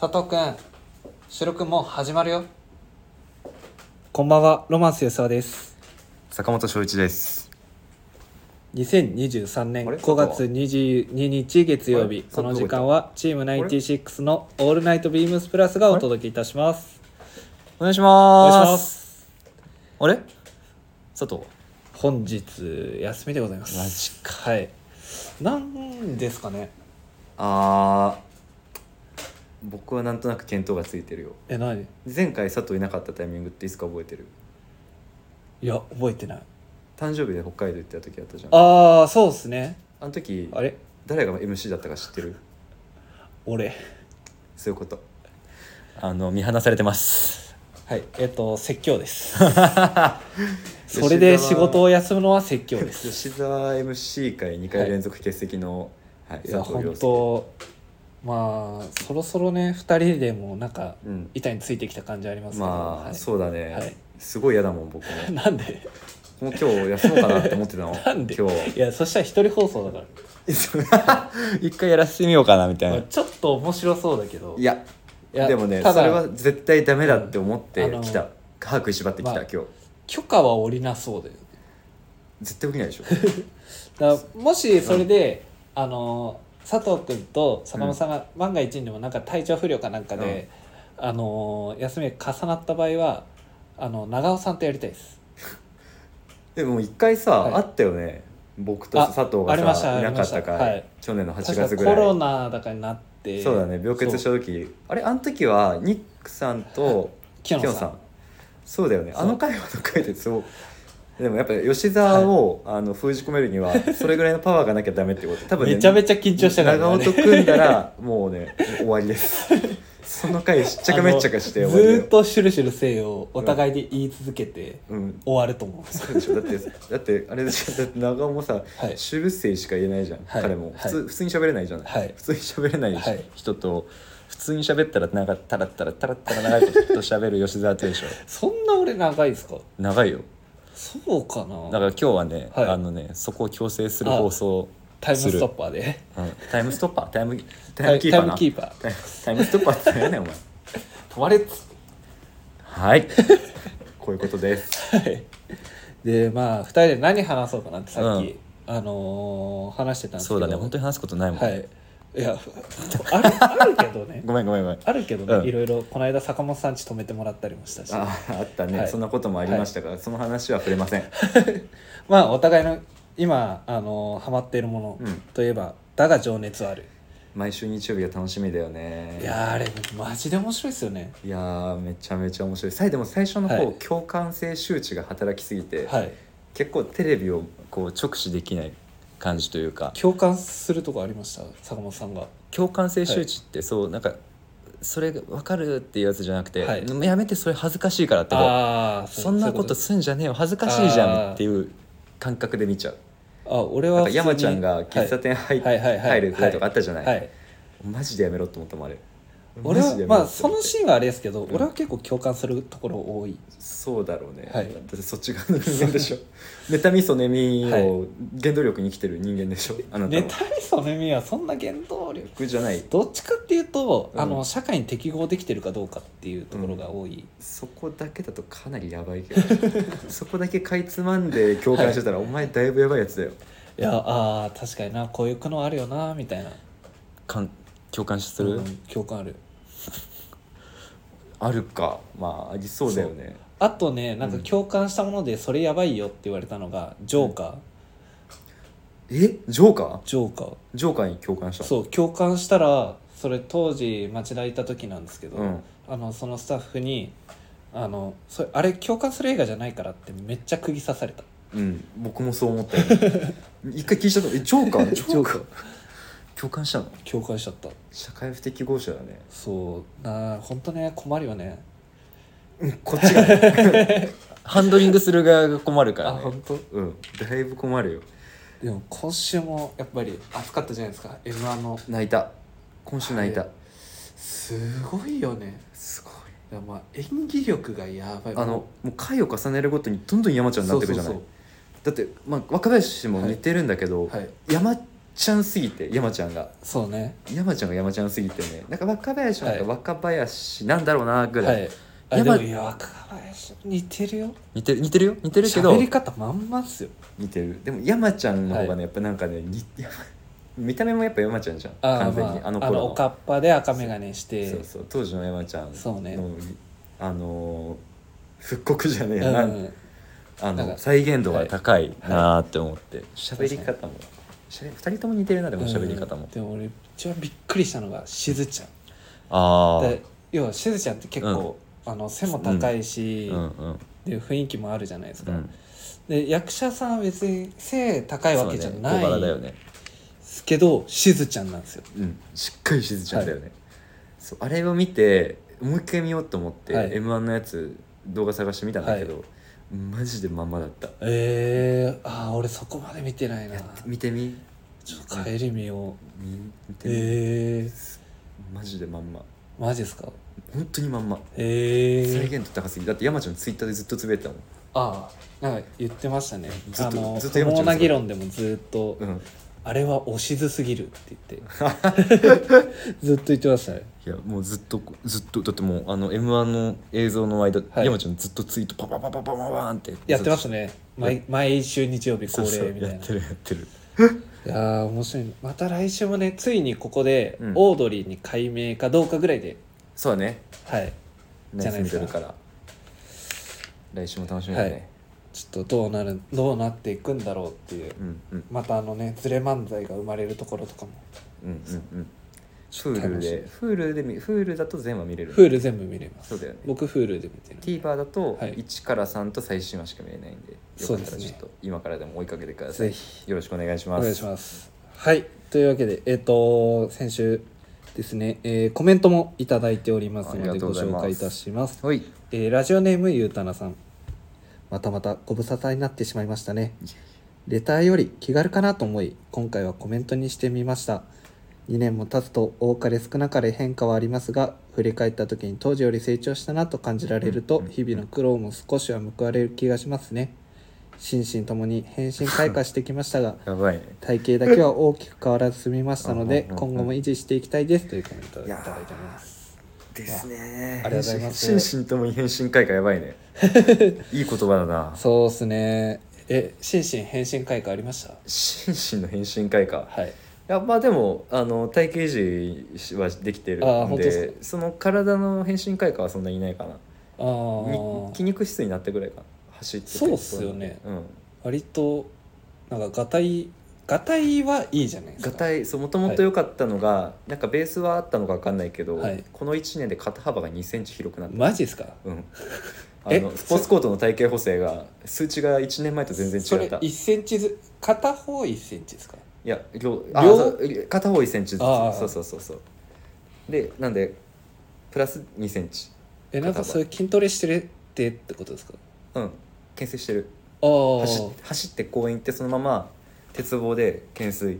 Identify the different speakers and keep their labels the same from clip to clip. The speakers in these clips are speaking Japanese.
Speaker 1: 佐藤くん収録もう始まるよ
Speaker 2: こんばんは、ロマンス安田です。
Speaker 3: 坂本翔一です。
Speaker 2: 2023年
Speaker 3: あれ
Speaker 2: 5月22日月曜
Speaker 3: あ
Speaker 2: 日
Speaker 3: れ、
Speaker 2: この時間はチーム96のオールナイトビームスプラスがお届けいたします。
Speaker 3: お願いし
Speaker 2: お
Speaker 3: ま
Speaker 2: 願
Speaker 3: す。
Speaker 2: いします。
Speaker 3: あれ佐藤
Speaker 2: 本日休みでございます。
Speaker 3: マジ
Speaker 2: か。はい。なんですかね。
Speaker 3: あー、僕はなんとなく見当がついてるよ。
Speaker 2: え、何い
Speaker 3: 前回佐藤いなかったタイミングっていつか覚えてる
Speaker 2: や、覚えてない。
Speaker 3: 誕生日で北海道行った時あったじゃん。あ
Speaker 2: ああ、そうっすね。
Speaker 3: の時、
Speaker 2: あれ
Speaker 3: 誰が MC だったか知ってる
Speaker 2: 俺。
Speaker 3: そういうこと。あの、見放されてます。
Speaker 2: はい。えっと、説教 です。それで仕事を休むのは説教 です。
Speaker 3: 吉沢 MC 会2回連続欠席の、はい
Speaker 2: いや
Speaker 3: 佐
Speaker 2: 本
Speaker 3: 藤亮介
Speaker 2: 当まあそろそろね2人でもなんか
Speaker 3: うん
Speaker 2: 板についてきた感じありますけど、
Speaker 3: まあ、
Speaker 2: はい
Speaker 3: そうだね、
Speaker 2: はい
Speaker 3: すごい嫌だもん僕も
Speaker 2: なんで
Speaker 3: もう今日休もうかなって思ってたの
Speaker 2: なんで
Speaker 3: 今日
Speaker 2: いやそしたら一人放送だか
Speaker 3: 一回やらせてみようかなみた
Speaker 2: ら、まあちょっと面白そうだけど
Speaker 3: いや
Speaker 2: いや
Speaker 3: でもね
Speaker 2: ただ
Speaker 3: それは絶対ダメだって思って
Speaker 2: うんあの
Speaker 3: きた歯食いしばってきた、
Speaker 2: まあ
Speaker 3: 今日
Speaker 2: 許可は下りなそうだよね
Speaker 3: 絶対起きないでしょ
Speaker 2: だからもしそれで、あの佐藤君と坂本さんが万が一にでもなんか体調不良かなんかで、あの休みが重なった場合はあの長尾さんとやりたいです
Speaker 3: でも一回さ、
Speaker 2: はい
Speaker 3: あったよね僕と
Speaker 2: あ
Speaker 3: 佐藤
Speaker 2: ありま
Speaker 3: が
Speaker 2: したあ
Speaker 3: さい
Speaker 2: り
Speaker 3: な
Speaker 2: ま
Speaker 3: か
Speaker 2: し
Speaker 3: ったたから、
Speaker 2: はい
Speaker 3: 去年の8
Speaker 2: 確か
Speaker 3: 月ぐ
Speaker 2: コ
Speaker 3: らい
Speaker 2: ロナだからになって
Speaker 3: そうだね病欠した時あれあの時はニックさんと
Speaker 2: キヨノさん
Speaker 3: そうだよね
Speaker 2: そう
Speaker 3: あの回はあの回でそうでもやっぱ吉沢を、あの封じ込めるにはそれぐらいのパワーがなきゃダメってこと多分ね
Speaker 2: めちゃめちゃ緊張したからね
Speaker 3: 長尾と組んだらもうね終わりですその回しっちゃかめっちゃかして
Speaker 2: あの
Speaker 3: 終わり
Speaker 2: ず
Speaker 3: よ
Speaker 2: ーっと「シュルシュルせよ」をお互いで言い続けて
Speaker 3: うん
Speaker 2: 終わると思う、
Speaker 3: そうでしょだってだってあれでしょだって長尾もさ
Speaker 2: はい
Speaker 3: 主物性しか言えないじゃん、
Speaker 2: はい
Speaker 3: 彼も
Speaker 2: はい
Speaker 3: 普通,、普通に喋れないじゃない、
Speaker 2: はい
Speaker 3: 普通に喋れない
Speaker 2: はい
Speaker 3: 人と、普通に喋ったらなんかタラッタラタラッタラ長いこと喋る吉沢とでしょ
Speaker 2: そんな俺長いですか
Speaker 3: 長いよ
Speaker 2: そうかな
Speaker 3: だから今日はね、
Speaker 2: はい
Speaker 3: あのねそこを強制する放送
Speaker 2: タイムストッパーで
Speaker 3: うんタイムストッパータイムタ
Speaker 2: タ
Speaker 3: イ
Speaker 2: イ
Speaker 3: ムキー
Speaker 2: タ
Speaker 3: パ
Speaker 2: イ
Speaker 3: ーな
Speaker 2: ムキーパー
Speaker 3: タイムタイムストッパーって何やねんお前
Speaker 2: 止まれっつ
Speaker 3: はいこういうことです
Speaker 2: はいでまあ2人で何話そうかなってさっき、
Speaker 3: うん
Speaker 2: あのー話してたんですけ
Speaker 3: そ
Speaker 2: ど
Speaker 3: うだね本当に話すことないもん、
Speaker 2: はいいやあるあるけどね
Speaker 3: ごめんごめんごめん
Speaker 2: あるけどね、
Speaker 3: うん
Speaker 2: いろいろこの間坂本さんち泊めてもらったりもしたし
Speaker 3: ああったね、
Speaker 2: はい
Speaker 3: そんなこともありましたから、その話は触れません
Speaker 2: まあお互いの今あのーハマっているも
Speaker 3: う
Speaker 2: の
Speaker 3: ん
Speaker 2: といえば、だが情熱はある
Speaker 3: 毎週日曜日が楽しみだよね
Speaker 2: いやーあれマジで面白いですよね
Speaker 3: いやーめちゃめちゃ面白いさいでも最初の方、
Speaker 2: はい
Speaker 3: 共感性周知が働きすぎて、
Speaker 2: はい
Speaker 3: 結構テレビをこう直視できない感じというか
Speaker 2: 共感するとこありました坂本さんが
Speaker 3: 共感性周知ってそう、なんかそれ分かるっていうやつじゃなくて、
Speaker 2: はい
Speaker 3: やめてそれ恥ずかしいからってこ
Speaker 2: ああ
Speaker 3: うそんなことすんじゃねえよ恥ずかしいじゃんっていう感覚で見ちゃう
Speaker 2: あ俺
Speaker 3: なん
Speaker 2: は
Speaker 3: か山ちゃんが喫茶店入,、
Speaker 2: はいはいはいはい
Speaker 3: 入るくらいとかあったじゃ
Speaker 2: は、
Speaker 3: ないい、
Speaker 2: はい、
Speaker 3: マジでやめろって思ったもんあれ
Speaker 2: 俺
Speaker 3: マジ
Speaker 2: は
Speaker 3: でやめ
Speaker 2: ま
Speaker 3: ろ
Speaker 2: あ
Speaker 3: って
Speaker 2: そ
Speaker 3: 思って
Speaker 2: のシーンはあれですけど、
Speaker 3: ん
Speaker 2: 俺は結構共感するところ多い
Speaker 3: そうだろうね、
Speaker 2: はい
Speaker 3: だってそっち側の人間でしょ妬みそねみを原動力に生きてる人間でしょあなた
Speaker 2: ネ
Speaker 3: も
Speaker 2: タミソネミはそんな原動力
Speaker 3: 僕じゃない
Speaker 2: どっちかっていうと、
Speaker 3: うん
Speaker 2: あの社会に適合できてるかどうかっていうところが多い、
Speaker 3: そこだけだとかなりやばい けどそこだけかいつまんで共感してたら、お前だいぶやばいやつだよ
Speaker 2: いやあー確かになこういう苦悩あるよなみたいな
Speaker 3: 共感す
Speaker 2: うん共感ある
Speaker 3: あるかまあありそうだよね
Speaker 2: あとねなんか
Speaker 3: うん
Speaker 2: 共感したものでそれやばいよって言われたのがジョーカー、
Speaker 3: えジョーカー
Speaker 2: ジョーカー
Speaker 3: ジョーカーに共感したの
Speaker 2: そう共感したらそれ当時町田いた時なんですけど、
Speaker 3: うん
Speaker 2: あのそのスタッフにあのそれあれ共感する映画じゃないからってめっちゃ釘刺された
Speaker 3: うん僕もそう思ったよ 一回聞いちゃったのえジョーカ ージョーカー共感したの
Speaker 2: 共感しちゃった
Speaker 3: 社会不適合者だね
Speaker 2: そうな本当ね困るよね
Speaker 3: こっちが、 ハンドリングする側が困るか
Speaker 2: あ本当
Speaker 3: うんだいぶ困るよ
Speaker 2: でも今週もやっぱり暑かったじゃないですか m 1の
Speaker 3: 泣いた今週泣いた、
Speaker 2: はいすごいよね
Speaker 3: すごい
Speaker 2: いやまあ演技力がやばい
Speaker 3: あのもう回を重ねるごとにどんどん山ちゃんになっていくじゃない
Speaker 2: そう
Speaker 3: だって、まあ、若林も似てるんだけ
Speaker 2: そ
Speaker 3: ど、
Speaker 2: うそうはい
Speaker 3: 山ちゃんすぎて山ちゃんが
Speaker 2: そうね
Speaker 3: 山ちゃんが山ちゃんすぎてねなんか若林はなんか
Speaker 2: は
Speaker 3: 若林なんだろうなぐらい、
Speaker 2: はいあで
Speaker 3: 山
Speaker 2: もいや若林似てるよ
Speaker 3: 似てる似てるよ似てるけど
Speaker 2: 喋り方まんまっすよ
Speaker 3: 似てるでも山ちゃんの方がね、
Speaker 2: はい
Speaker 3: やっぱなんかね似見た目もやっぱ山ちゃんじゃん
Speaker 2: あー
Speaker 3: 完全に、
Speaker 2: まあ、
Speaker 3: あ、の
Speaker 2: あ
Speaker 3: 頃の
Speaker 2: のおかっぱで赤眼鏡して
Speaker 3: そうそう当時の山ちゃんの
Speaker 2: そうね
Speaker 3: あのー復刻じゃねえ
Speaker 2: う
Speaker 3: な、
Speaker 2: んな
Speaker 3: あ
Speaker 2: んか
Speaker 3: の再現度が高いなーって思って喋、
Speaker 2: い
Speaker 3: り方も喋2人とも似てるなでも喋り方も、
Speaker 2: うんでも俺一番びっくりしたのがしずちゃ
Speaker 3: あ
Speaker 2: ん
Speaker 3: あ
Speaker 2: で要はしずちゃんって結構、あの背も高いし、
Speaker 3: うんうん
Speaker 2: で雰囲気もあるじゃないです
Speaker 3: う
Speaker 2: か、
Speaker 3: ん
Speaker 2: で役者さんは別に背高いわけじゃ
Speaker 3: そうね
Speaker 2: ない
Speaker 3: 小柄だよね
Speaker 2: ですけどしずちゃんなんですよ
Speaker 3: うんしっかりしずちゃんだよね、そうあれを見てもう一回見ようと思って、
Speaker 2: はい
Speaker 3: m 1のやつ動画探してみたんだけど、マジでまんまだった
Speaker 2: えー、ああ俺そこまで見てないな
Speaker 3: 見てみ
Speaker 2: ちょっと帰り見よう
Speaker 3: 見見てみ、
Speaker 2: え
Speaker 3: マジでまんま
Speaker 2: ー、マジですか
Speaker 3: 本当にまんま
Speaker 2: え
Speaker 3: 再
Speaker 2: ー、
Speaker 3: 現度高すぎだって山ちゃんツイッターでずっとつぶやいてたもん
Speaker 2: ああなんか言ってましたね
Speaker 3: ずっ
Speaker 2: あ
Speaker 3: と
Speaker 2: の
Speaker 3: ずっと
Speaker 2: 不
Speaker 3: 山ちゃ
Speaker 2: 毛
Speaker 3: ん
Speaker 2: な議論でもずっと、
Speaker 3: うん
Speaker 2: あれは押しずすぎるって 言ってずっと言ってましたね
Speaker 3: いやもうずっとずっとだってもうあの m 1の映像の間、
Speaker 2: はい
Speaker 3: 山ちゃんずっとツイートパパパパパパパーンって
Speaker 2: やってました
Speaker 3: ね
Speaker 2: ね毎毎週日曜日恒
Speaker 3: そうそう
Speaker 2: 例みた
Speaker 3: や
Speaker 2: い
Speaker 3: っ
Speaker 2: な
Speaker 3: てるやってる
Speaker 2: いやー面白いまた来週もねついにここで、
Speaker 3: うん
Speaker 2: オードリーに改名かどうかぐらいで
Speaker 3: そうだね
Speaker 2: はいじゃない
Speaker 3: 休
Speaker 2: で
Speaker 3: み
Speaker 2: す
Speaker 3: 取
Speaker 2: か
Speaker 3: るから来週も楽しみだね、
Speaker 2: はいちょっとどうなるどうなっていくんだろうっていう
Speaker 3: うんうん
Speaker 2: またあのねズレ漫才が生まれるところとかも
Speaker 3: うんうんうんフール
Speaker 2: 楽し
Speaker 3: で
Speaker 2: み
Speaker 3: フールで見フールだと全話見れる
Speaker 2: Hulu 全部見れます
Speaker 3: そうだよね
Speaker 2: 僕 Hulu で見てる
Speaker 3: TVer だと
Speaker 2: はい
Speaker 3: 1から3と最新話しか見れないんで、よか
Speaker 2: そう
Speaker 3: っ
Speaker 2: で
Speaker 3: た
Speaker 2: す
Speaker 3: ら
Speaker 2: ね
Speaker 3: ちょっと今からでも追いかけてください
Speaker 2: ぜひ
Speaker 3: よろしくお願いし
Speaker 2: お
Speaker 3: ます
Speaker 2: 願いしますはいというわけでえっ、と先週ですね、えーコメントもいただいております
Speaker 3: あり
Speaker 2: の
Speaker 3: が
Speaker 2: で
Speaker 3: とう
Speaker 2: ご
Speaker 3: ございま
Speaker 2: 紹
Speaker 3: す
Speaker 2: 介いたします
Speaker 3: はい
Speaker 2: えーラジオネームゆうたなさんまたまたご無沙汰になってしまいましたねレターより気軽かなと思い今回はコメントにしてみました2年も経つと多かれ少なかれ変化はありますが振り返った時に当時より成長したなと感じられる
Speaker 3: う
Speaker 2: と
Speaker 3: んうんうん
Speaker 2: 日々の苦労も少しは報われる気がしますね心身ともに変身開花してきましたが
Speaker 3: やばいね
Speaker 2: 体型だけは大きく変わらず済みましたので
Speaker 3: うんうんうんうん
Speaker 2: 今後も維持していきたいですというコメントをいただいております
Speaker 3: ですね
Speaker 2: ありがとうございます
Speaker 3: 心身ともに変身開花やばいね いい言葉だな
Speaker 2: そうですね。え、心身変身開花ありました。
Speaker 3: 心身の変身開花
Speaker 2: はい。
Speaker 3: いやまあでもあの体型維持はできてる
Speaker 2: あー
Speaker 3: ん
Speaker 2: 本当です
Speaker 3: でその体の変身開花はそんなにいないかな
Speaker 2: あ
Speaker 3: に
Speaker 2: あ
Speaker 3: 筋、肉質になってぐらいかな走ってたり
Speaker 2: そうっすよね
Speaker 3: うん
Speaker 2: 割と。なんか、がたい。がたいはいいじゃないですか。
Speaker 3: がたいそうもともと良かったのが、なんかベースはあったのか分かんないけど、
Speaker 2: はい
Speaker 3: この1年で肩幅が2センチ広くなった、
Speaker 2: マジですか。
Speaker 3: うん、あ
Speaker 2: え
Speaker 3: のスポーツコートの体型補正が数値が1年前と全
Speaker 2: そ
Speaker 3: 然違
Speaker 2: れ
Speaker 3: った
Speaker 2: 一
Speaker 3: い
Speaker 2: センチず、片方一センチですか。
Speaker 3: や両
Speaker 2: 両
Speaker 3: あそう片方1センチずつ
Speaker 2: ああ
Speaker 3: そうそうそうそうでなんでプラス2センチ
Speaker 2: え、なんか、
Speaker 3: 片方
Speaker 2: そういう筋トレしてるってってことですか。
Speaker 3: うん牽制してる
Speaker 2: あ
Speaker 3: 走
Speaker 2: あ
Speaker 3: っ。走って公園行ってそのまま鉄棒で懸垂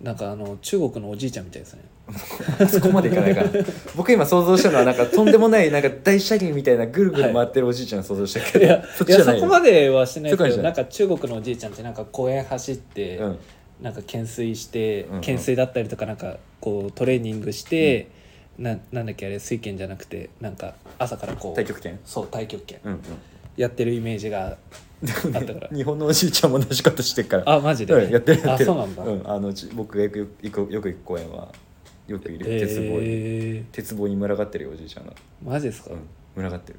Speaker 2: なんか、あの、中国のおじいちゃんみたいですね。
Speaker 3: あそこまでいかないから 僕今想像したのはなんかとんでもないなんか大車輪みたいなぐるぐる回ってるおじいちゃんを想像したけ
Speaker 2: い
Speaker 3: ど、
Speaker 2: や、
Speaker 3: そっ
Speaker 2: い
Speaker 3: ちじ
Speaker 2: や
Speaker 3: ゃない
Speaker 2: そこまではしてないですけ
Speaker 3: そ
Speaker 2: ど、
Speaker 3: っちじゃな
Speaker 2: ないんか中国のおじいちゃんって、なんか公園走って。
Speaker 3: うん、
Speaker 2: なんか懸垂して
Speaker 3: うんうん
Speaker 2: 懸垂だったりとかなんかこうトレーニングして、ななんだっけあれ水拳じゃなくてなんか朝からこう
Speaker 3: 太極拳
Speaker 2: そう太極拳
Speaker 3: うんうん
Speaker 2: やってるイメージがあったから
Speaker 3: 日本のおじいちゃんも同じことしてるから
Speaker 2: あマジで、
Speaker 3: うんやってるやってる
Speaker 2: あそうなんだ、
Speaker 3: あのち僕がよく行くよく行く公園はよくいる、鉄棒に
Speaker 2: え
Speaker 3: 鉄棒に群がってるよおじいちゃんが、
Speaker 2: ー、マジですか、
Speaker 3: うん、群がってる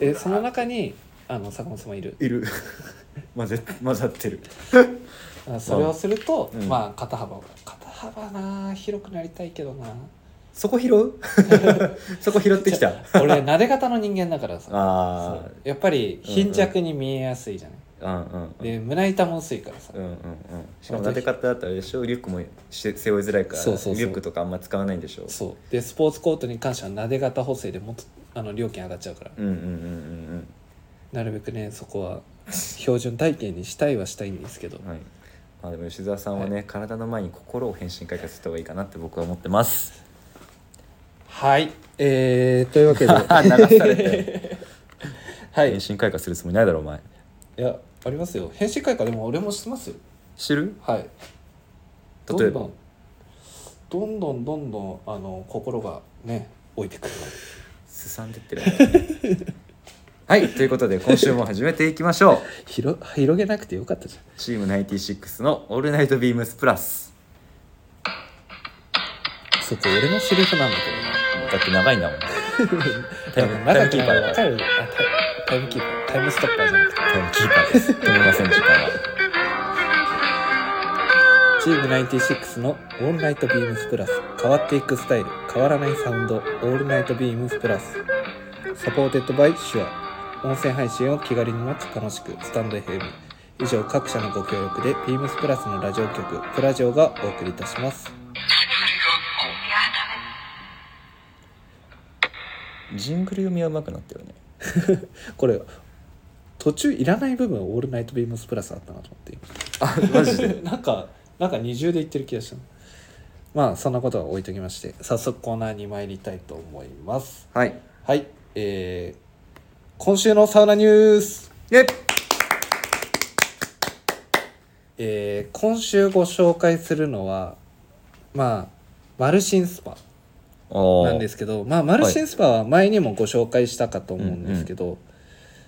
Speaker 2: えその中にあの坂本さんもいる
Speaker 3: いる 混ぜ混ざってる
Speaker 2: あそれをすると、
Speaker 3: うん
Speaker 2: まあ肩幅を肩幅なあ広くなりたいけどな
Speaker 3: そこ拾うそこ拾ってきた
Speaker 2: じゃあ俺撫で方の人間だからさ
Speaker 3: あ
Speaker 2: そうやっぱり貧弱に見えやすいじゃない、
Speaker 3: あうんうんうん
Speaker 2: で胸板も薄いからさ、
Speaker 3: うんうんうんしかも立て方だったらあれでしょリュックもし背負いづらいから
Speaker 2: そうそうそう
Speaker 3: リュックとかあんま使わないんでしょ
Speaker 2: そうでスポーツコートに関してはなで型補正でもっとあの料金上がっちゃうから
Speaker 3: うんうんうんうん
Speaker 2: なるべくねそこは標準体型にしたいはしたいんですけど
Speaker 3: うんはいまあでも吉澤さんはね、
Speaker 2: は
Speaker 3: 体の前に心を変身開花させた方がいいかなって僕は思ってます
Speaker 2: はいえー、というわけで
Speaker 3: あ流さ れて
Speaker 2: はい
Speaker 3: 変
Speaker 2: い
Speaker 3: 身開花するつもりないだろお前
Speaker 2: やありますよ返信会かでも俺もしてますよ
Speaker 3: 知る
Speaker 2: はいど
Speaker 3: 例え
Speaker 2: んど
Speaker 3: ば
Speaker 2: んどんどんどんどんあの心がね置いてくる
Speaker 3: すさん でってるはいということで今週も始めていきましょう
Speaker 2: 広広げなくてよかったじゃん
Speaker 3: チーム96の「オールナイトビームスプラス
Speaker 2: そこ俺のセリフなんだ」け
Speaker 3: だって長い んだもん
Speaker 2: どな
Speaker 3: タイムタイムキーパーだ
Speaker 2: わ
Speaker 3: か
Speaker 2: からるあタイタイムキーパータイムストッパーじゃなくて
Speaker 3: タイムキーパーです止めません時間は
Speaker 2: チーム96の「オールナイトビームスプラス」変わっていくスタイル変わらないサウンド「オールナイトビームスプラス」サポーテッドバイシュア音声配信を気軽に待ち楽しくスタンド FM 以上各社のご協力でビームスプラスのラジオ局プラジオがお送りいたします
Speaker 3: ジングル読みはうまくなったよね
Speaker 2: これ途中いらない部分「オールナイトビームスプラス」あったなと思って今
Speaker 3: あマジ で
Speaker 2: なんかなんか二重で言ってる気がしたのまあそんなことは置いときまして早速コーナーに参りたいと思います
Speaker 3: はい
Speaker 2: はいえー、今週のサウナニュース
Speaker 3: イェイ
Speaker 2: えー、今週ご紹介するのはまあマルシンスパ
Speaker 3: おー
Speaker 2: なんですけどまあマルシンスパは前にもご紹介したかと思うんですけど、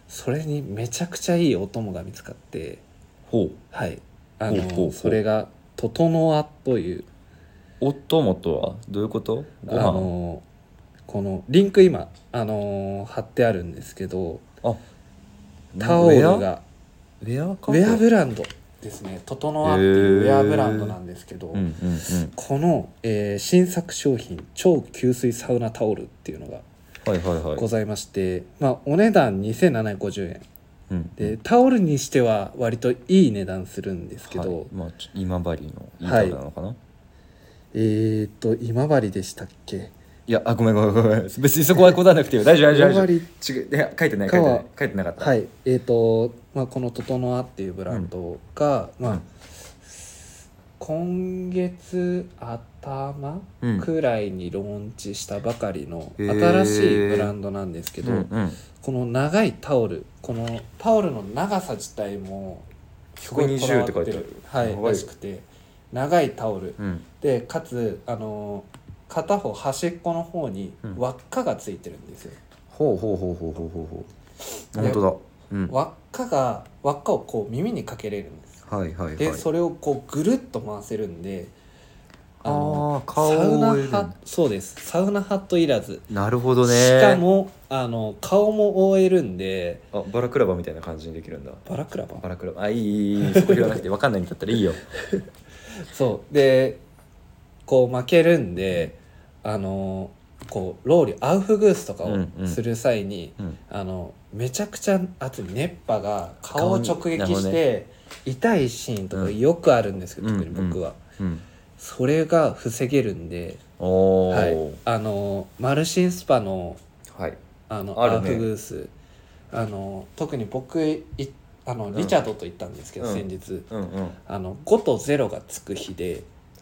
Speaker 2: それにめちゃくちゃいいお供が見つかって
Speaker 3: ほう
Speaker 2: はいあ
Speaker 3: ほうほうほ
Speaker 2: の
Speaker 3: う
Speaker 2: それが「ととのわ」という
Speaker 3: お供とはどういうこと
Speaker 2: あ
Speaker 3: ご飯
Speaker 2: のこのリンク今、あの貼ってあるんですけど
Speaker 3: あ
Speaker 2: タオルが
Speaker 3: ウェアか
Speaker 2: ウェアブランドですね「ととのわ」っていうウェアブランドなんですけど、
Speaker 3: うんうんうん
Speaker 2: この、えー新作商品超吸水サウナタオルっていうのが
Speaker 3: はいはいはい
Speaker 2: ございまして、まあ、お値段2750円
Speaker 3: うん
Speaker 2: でタオルにしては割といい値段するんですけど、
Speaker 3: はいまあ、ちょ今治のいいタ
Speaker 2: はい
Speaker 3: オルなのかな、い、
Speaker 2: えーっと今治でしたっけ
Speaker 3: やあごめんごめんごめん別にそこはこだわらなくていいよ大丈夫大丈夫
Speaker 2: 今
Speaker 3: 大丈
Speaker 2: 治
Speaker 3: 夫違ういや書いてない書いてない書いてなかった、
Speaker 2: はいえーっと、まあ、この「ととのあ」っていうブランドが、まあ、
Speaker 3: うん
Speaker 2: 今月頭
Speaker 3: うん
Speaker 2: くらいにローンチしたばかりの
Speaker 3: へー
Speaker 2: 新しいブランドなんですけど、
Speaker 3: うんうん、
Speaker 2: この長いタオルこのタオルの長さ自体もすごいこだわ
Speaker 3: 120って書いてあるやばい
Speaker 2: は
Speaker 3: よ
Speaker 2: いらしくて長いタオル
Speaker 3: うん、
Speaker 2: でかつあのー片方端っこの方に
Speaker 3: うん
Speaker 2: 輪っかがついてるんですよ、
Speaker 3: ほうほうほうほうほうほうほう
Speaker 2: で
Speaker 3: 本当だ、うん、は
Speaker 2: 輪っかが輪っかをこう耳にかけれるんです
Speaker 3: いはいはい
Speaker 2: でそれをこうぐるっと回せるんで
Speaker 3: あー
Speaker 2: サ
Speaker 3: 顔
Speaker 2: ウ
Speaker 3: を
Speaker 2: ナ
Speaker 3: 覆える
Speaker 2: ハそうですサウナハットいらず
Speaker 3: なるほどね
Speaker 2: しかもあの顔も覆えるんで
Speaker 3: あバラクラバみたいな感じにできるんだ
Speaker 2: バラクラバ
Speaker 3: バラクラバあいいいいいいそこ言わなくて分かんないんだったらいいよ
Speaker 2: そうでこう負けるんであのこうロウリュアウフグースとか
Speaker 3: うんう
Speaker 2: を
Speaker 3: ん
Speaker 2: する際に、
Speaker 3: うん
Speaker 2: あのめちゃくちゃ熱い熱波が顔を
Speaker 3: 顔に
Speaker 2: 直撃
Speaker 3: なるほ
Speaker 2: し
Speaker 3: ど
Speaker 2: て、痛いシーンとか
Speaker 3: うん
Speaker 2: よくあるんですけど、
Speaker 3: うん
Speaker 2: 特に僕は、
Speaker 3: うん
Speaker 2: それが防げるんで、
Speaker 3: おお
Speaker 2: は
Speaker 3: はい
Speaker 2: い、あのマルシンスパの
Speaker 3: はい
Speaker 2: あの
Speaker 3: あ
Speaker 2: ア
Speaker 3: る
Speaker 2: ウ
Speaker 3: ね
Speaker 2: フグースあの特に僕いあの
Speaker 3: ん
Speaker 2: リチャードと行ったんですけど、
Speaker 3: うん
Speaker 2: 先日
Speaker 3: うんうん
Speaker 2: あの5と0がつく日で。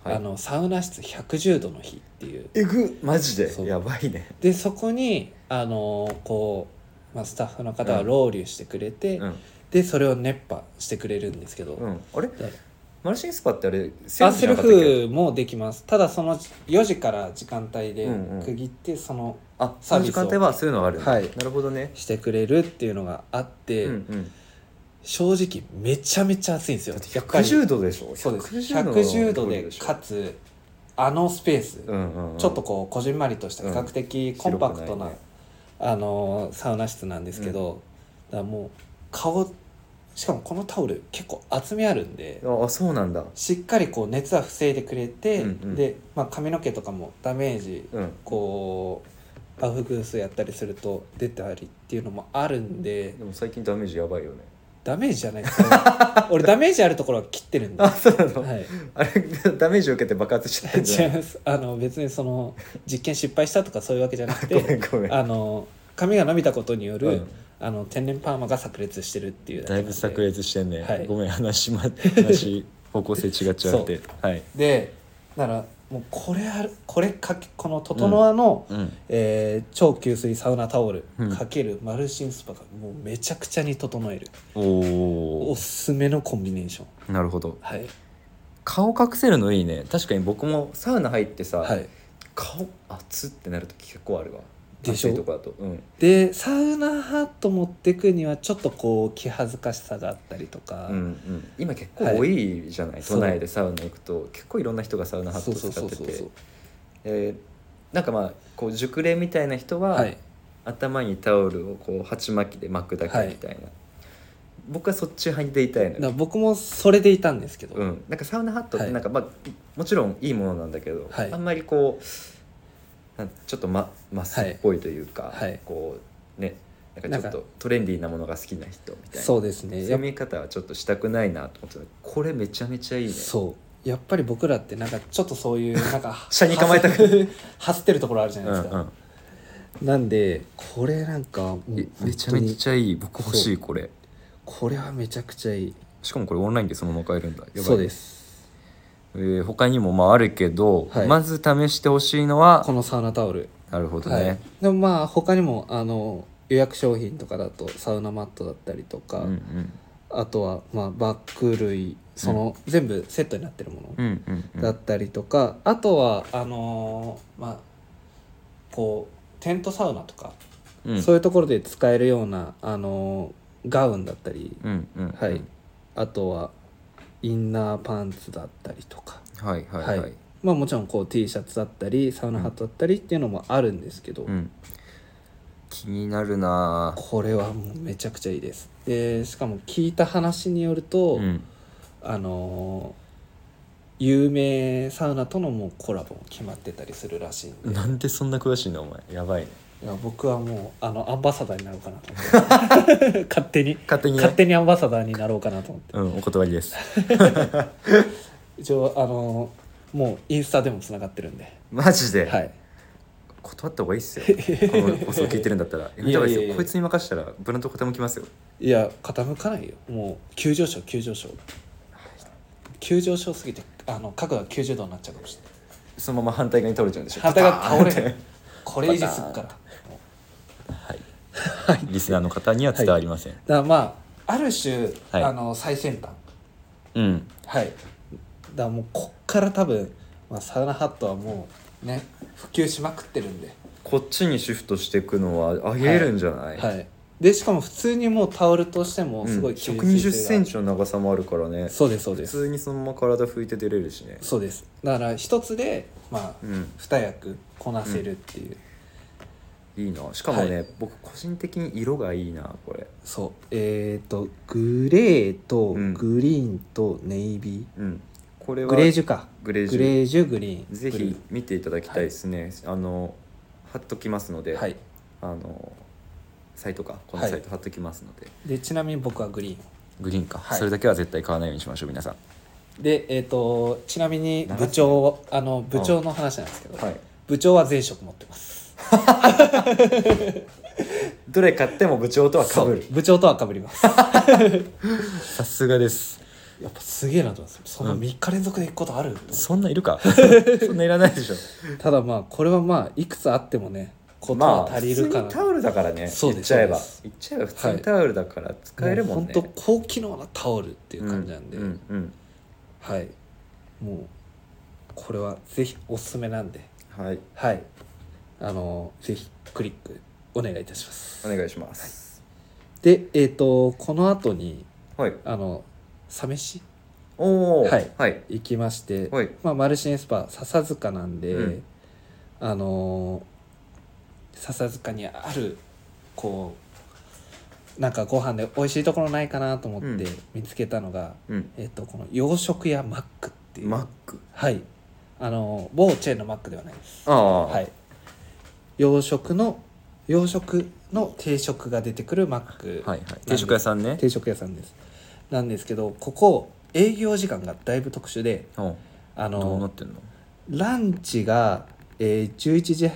Speaker 3: はい
Speaker 2: あのサウナ室110度の日っていう
Speaker 3: えぐマジで
Speaker 2: そう
Speaker 3: やばいね
Speaker 2: でそこにあのーこう、まあ、スタッフの方が
Speaker 3: うん
Speaker 2: ロウリュしてくれて、
Speaker 3: うん
Speaker 2: でそれを熱波してくれるんですけど、
Speaker 3: うんあれ
Speaker 2: だか
Speaker 3: マルシンスパってあれセ
Speaker 2: らあ
Speaker 3: じ
Speaker 2: セ
Speaker 3: ゃ
Speaker 2: ル
Speaker 3: なかったっけ
Speaker 2: フもできますただその4時から時間帯で
Speaker 3: うんうん
Speaker 2: 区切ってその
Speaker 3: あ
Speaker 2: サ
Speaker 3: そ
Speaker 2: ー
Speaker 3: の
Speaker 2: ビ
Speaker 3: 時
Speaker 2: スを
Speaker 3: 間帯はそういうのがあるんだ
Speaker 2: はい
Speaker 3: なるほどね
Speaker 2: してくれるっていうのがあっ
Speaker 3: う
Speaker 2: て、
Speaker 3: んうん
Speaker 2: 正直めちゃめちゃ暑いんですよ
Speaker 3: だって
Speaker 2: やっぱり
Speaker 3: 110度でしょ
Speaker 2: そうです
Speaker 3: 110の
Speaker 2: 110度
Speaker 3: ロウリュ
Speaker 2: で
Speaker 3: しょ
Speaker 2: かつあのスペース、
Speaker 3: うんうんうん
Speaker 2: ちょっとこうこじんまりとした比
Speaker 3: うん
Speaker 2: 較的コンパクトな、
Speaker 3: 広くないね
Speaker 2: あのーサウナ室なんですけど、だからもう顔しかもこのタオル結構厚みあるんで
Speaker 3: ああそうなんだ
Speaker 2: しっかりこう熱は防いでくれて、
Speaker 3: うんうん
Speaker 2: で、まあ、髪の毛とかもダメージ
Speaker 3: うん
Speaker 2: こうアウフグースやったりすると出たりっていうのもあるんで
Speaker 3: でも最近ダメージやばいよ ね
Speaker 2: ダメージじゃないです か俺ダメージあるところは切ってるんで、
Speaker 3: あ
Speaker 2: は
Speaker 3: そうなの
Speaker 2: い、
Speaker 3: あれダメージを受けて爆発しちゃったんじ
Speaker 2: 違
Speaker 3: ゃ
Speaker 2: い
Speaker 3: ない
Speaker 2: ますあの別にその実験失敗したとかそういうわけじゃなく
Speaker 3: ごめ
Speaker 2: て
Speaker 3: んごめん
Speaker 2: あの髪が伸びたことによる、
Speaker 3: うん
Speaker 2: あの天然パーマが炸裂してるっていうけ
Speaker 3: だ
Speaker 2: ないんで
Speaker 3: ぶ炸裂してんね、
Speaker 2: はい
Speaker 3: ごめん話ま話方向性違っちゃうってはい
Speaker 2: でだからもうこれあるこれかけこのトトノアの、
Speaker 3: うん
Speaker 2: えー超吸水サウナタオル
Speaker 3: うん
Speaker 2: かけるマルシンスパがもうめちゃくちゃに整える、
Speaker 3: お
Speaker 2: お
Speaker 3: お
Speaker 2: すすめのコンビネーション
Speaker 3: なるほど
Speaker 2: はい
Speaker 3: 顔隠せるのいいね確かに僕もサウナ入ってさ、
Speaker 2: はい、
Speaker 3: 顔熱ってなると結構あるわ
Speaker 2: でしょ
Speaker 3: 暑いとこだとうん
Speaker 2: でサウナハット持ってくにはちょっとこう気恥ずかしさがあったりとか、
Speaker 3: うんうん、今結構多いじゃない、
Speaker 2: い
Speaker 3: 都内でサウナ行くと結構いろんな人がサウナハット
Speaker 2: そう
Speaker 3: を
Speaker 2: そう
Speaker 3: 使
Speaker 2: そう
Speaker 3: って
Speaker 2: そう
Speaker 3: てえーなんかまあこう熟練みたいな人は、
Speaker 2: はい
Speaker 3: 頭にタオルをこう鉢巻きで巻くだけみたいな、僕はそっち派でいたいの
Speaker 2: だから
Speaker 3: よ、
Speaker 2: 僕もそれでいたんですけど、
Speaker 3: うん、なんかサウナハットっ
Speaker 2: は
Speaker 3: て
Speaker 2: い
Speaker 3: なんか、まあもちろんいいものなんだけど、
Speaker 2: はい
Speaker 3: あんまりこうなんちょっとまマスっぽいというか、
Speaker 2: はいはい
Speaker 3: こうねなんかちょっ
Speaker 2: なん
Speaker 3: とトレンディーなものが好きな人みたいな
Speaker 2: そうです
Speaker 3: そう
Speaker 2: ね
Speaker 3: いう
Speaker 2: やっ
Speaker 3: 見方はちょっとしたくないなと思ってたこれめちゃめちゃいいね
Speaker 2: そうやっぱり僕らってなんかちょっとそういうなん か
Speaker 3: 車に構えた く
Speaker 2: く走ってるところあるじゃな
Speaker 3: う
Speaker 2: い
Speaker 3: んう
Speaker 2: ですか、
Speaker 3: ん
Speaker 2: なんでこれなんかもう
Speaker 3: えめちゃ
Speaker 2: 本当
Speaker 3: め
Speaker 2: に
Speaker 3: ちゃいい僕欲しいこれ
Speaker 2: これはめちゃくちゃいい
Speaker 3: しかもこれオンラインでそのまま買えるんだやばい、
Speaker 2: そうですす
Speaker 3: えー他にもまああるけど、
Speaker 2: はい
Speaker 3: まず試してほしいのは
Speaker 2: このサウナタオル
Speaker 3: なるほど
Speaker 2: は
Speaker 3: ね、
Speaker 2: い、でもまあ他にもあの予約商品とかだとサウナマットだったりとか、
Speaker 3: うんうん
Speaker 2: あとはまあバッグ類その、全部セットになってるも
Speaker 3: う
Speaker 2: の
Speaker 3: んうんうん
Speaker 2: だったりとか、あとはあのーまあこうテントサウナとか、
Speaker 3: うん
Speaker 2: そういうところで使えるようなあのーガウンだったり、
Speaker 3: うんうんうん
Speaker 2: はい、あとはインナーパンツだったりとか、
Speaker 3: はいはいはい
Speaker 2: まあ、もちろんこう T シャツだったりサウナハットだったりっていうのもあるんですけど、
Speaker 3: うん気になるなぁ
Speaker 2: これはもうめちゃくちゃいいですでしかも聞いた話によると、
Speaker 3: うん
Speaker 2: あのー有名サウナとのもうコラボも決まってたりするらしいんでい
Speaker 3: んでそんな詳しいのお前やばいね
Speaker 2: や僕はもうあのアンバサダーになろうかなと思って 勝手に
Speaker 3: 勝手にね
Speaker 2: 勝手にアンバサダーになろうかなと思って
Speaker 3: うんお断りです
Speaker 2: 一応あのーもうインスタでもつながってるんで
Speaker 3: マジで、
Speaker 2: はい
Speaker 3: 断った方がいいっすよこの放送 聞いてるんだったらやめた方がいいっす
Speaker 2: いやい
Speaker 3: よ
Speaker 2: やいや
Speaker 3: こいつに任せたらブランド傾きますよ
Speaker 2: いや傾かないよもう急上昇急上昇急上昇すぎてあの角度が90度になっちゃうかもしれない
Speaker 3: そのまま反対側に倒れちゃうんでしょ
Speaker 2: 反 対が倒れ
Speaker 3: バターンっ
Speaker 2: る
Speaker 3: て
Speaker 2: これ維持するからもう
Speaker 3: はいリスナーの方には伝わりません、
Speaker 2: だからまあある種、
Speaker 3: はい
Speaker 2: あの最先端
Speaker 3: うん
Speaker 2: はいだからもうこっから多分、まあ、サウナハットはもうね普及しまくってるんで、
Speaker 3: こっちにシフトしていくのはありえるんじゃない、
Speaker 2: はい、でしかも普通にもうタオルとしてもすごい吸
Speaker 3: 1
Speaker 2: 水性が
Speaker 3: 2 0ンチの長さもあるからね
Speaker 2: そうですそう
Speaker 3: 普
Speaker 2: です
Speaker 3: 通にそのまま体拭いて出れるしね
Speaker 2: そうですだから一つでまあ、
Speaker 3: うん
Speaker 2: 二役こなせるっていう、
Speaker 3: いいなしかもね、
Speaker 2: は
Speaker 3: 僕個人的に色がいいなこれ
Speaker 2: そうえっ、とグレーと
Speaker 3: うん
Speaker 2: グリーンとネイビー、
Speaker 3: うんこれは
Speaker 2: グレージュか
Speaker 3: グレージュ
Speaker 2: グレージュグリーン
Speaker 3: ぜ
Speaker 2: グリ
Speaker 3: ひ見ていただきたいですね、あの貼っときますの
Speaker 2: ー
Speaker 3: で、
Speaker 2: ンはい
Speaker 3: あのサイトかこのサイト貼っときますので、
Speaker 2: でちなみに僕はグリーン
Speaker 3: グリーンか、
Speaker 2: はい
Speaker 3: それだけは絶対買わないようにしましょう皆さん
Speaker 2: でえっ、とちなみに
Speaker 3: 長すぎる
Speaker 2: 部長あの部長の話なんですけど、
Speaker 3: はい
Speaker 2: 部長は全色持ってます
Speaker 3: どれ買っても部長とは被る
Speaker 2: そう部長とはかぶり ます
Speaker 3: さすがです
Speaker 2: やっぱすげえなと思いますそんな3日連続で行くことある、
Speaker 3: そんないる かそんないらないでしょ
Speaker 2: ただまあこれはまあいくつあってもねこと
Speaker 3: ま
Speaker 2: は
Speaker 3: あ
Speaker 2: 足りるかな、
Speaker 3: 普通にタオルだからね
Speaker 2: そう
Speaker 3: 言
Speaker 2: で
Speaker 3: っ
Speaker 2: す
Speaker 3: ちゃえば
Speaker 2: そう
Speaker 3: 言っちゃえば普通にタオルだから使えるもんね、
Speaker 2: 本当高機能なタオルっていう感じなんで、
Speaker 3: うんうん
Speaker 2: はいもうこれはぜひおすすめなんで
Speaker 3: うんはい
Speaker 2: はいあのぜひクリックお願いいたします
Speaker 3: お願いします
Speaker 2: でえっ、とこの後に
Speaker 3: はい、
Speaker 2: あのサ飯
Speaker 3: おお
Speaker 2: はい
Speaker 3: はい
Speaker 2: 行きまして、
Speaker 3: はい
Speaker 2: まあ、マルシンスパ笹塚なんで、
Speaker 3: うん
Speaker 2: あのー笹塚にあるこうなんかご飯で美味しいところないかなと思って
Speaker 3: うん
Speaker 2: 見つけたのが、
Speaker 3: うん
Speaker 2: えっとこの洋食屋マックっていう
Speaker 3: マック
Speaker 2: はいあの某チェーンのマックではないです
Speaker 3: ああ
Speaker 2: は
Speaker 3: はい
Speaker 2: 洋食の洋食の定食が出てくるマック、
Speaker 3: はいはい定食屋さんね
Speaker 2: 定食屋さんですなんですけどここ営業時間がだいぶ特殊で
Speaker 3: うん
Speaker 2: あ
Speaker 3: どうなっ
Speaker 2: の
Speaker 3: てんの
Speaker 2: ランチが、えー、11時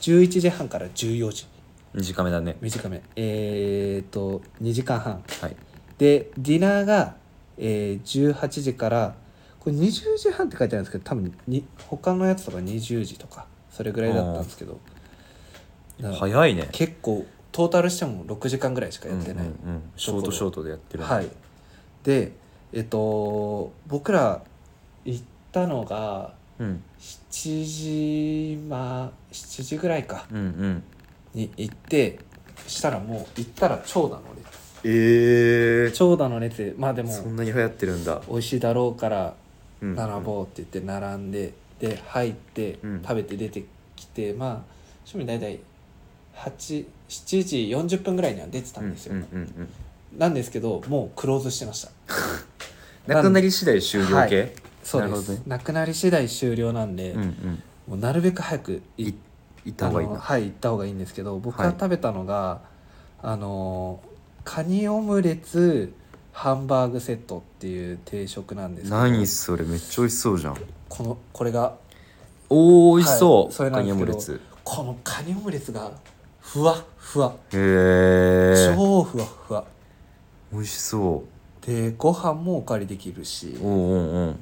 Speaker 2: 11時半から14時
Speaker 3: 短めだね
Speaker 2: 短めえっ、と2時間半
Speaker 3: はい
Speaker 2: でディナーが、えー、18時からこれ20時半って書いてあるんですけど多分に他のやつとか20時とかそれぐらいだったんですけどだから
Speaker 3: 早いね
Speaker 2: 結構トータルしても6時間ぐらいしかやってない、
Speaker 3: うんうんうんショートショートでやってる
Speaker 2: はいでえっと僕ら行ったのが
Speaker 3: うん
Speaker 2: 7時まあ7時ぐらいか
Speaker 3: うんうん
Speaker 2: に行ってしたらもう行ったら長蛇の
Speaker 3: ええ
Speaker 2: 列長蛇の列でまあでも
Speaker 3: そんなに流行ってるんだ、
Speaker 2: 美味しいだろうから
Speaker 3: うん、
Speaker 2: 並ぼうって言って並んでで入って
Speaker 3: うん
Speaker 2: 食べて出てきて、まあ趣味大体8 7時40分ぐらいには出てたんですよ、
Speaker 3: うんうんうんうん
Speaker 2: なんですけどもうクローズしてました
Speaker 3: なくなり次第終了系、
Speaker 2: はいそう
Speaker 3: な
Speaker 2: で
Speaker 3: るほ
Speaker 2: す
Speaker 3: ど
Speaker 2: な,、
Speaker 3: ね
Speaker 2: くなり次第終了なんで、
Speaker 3: うんうん
Speaker 2: もうなるべく早く行っ
Speaker 3: い行った方がいい
Speaker 2: あの
Speaker 3: な
Speaker 2: はい行った方がいいんですけど僕
Speaker 3: は
Speaker 2: が
Speaker 3: い
Speaker 2: 食べたのが、あのカニオムレツハンバーグセットっていう定食なんですけど
Speaker 3: 何それめっちゃ美味しそうじゃん
Speaker 2: このこれが
Speaker 3: おお美味しそう、
Speaker 2: はいそれな
Speaker 3: カ
Speaker 2: んで
Speaker 3: ニ
Speaker 2: す
Speaker 3: オ
Speaker 2: け
Speaker 3: ム
Speaker 2: ど
Speaker 3: レツ
Speaker 2: このカニオムレツがふわっふわ
Speaker 3: へえ
Speaker 2: 超ふわっふわ
Speaker 3: 美味しそ
Speaker 2: でご飯もお借りできるし
Speaker 3: ううんうんうん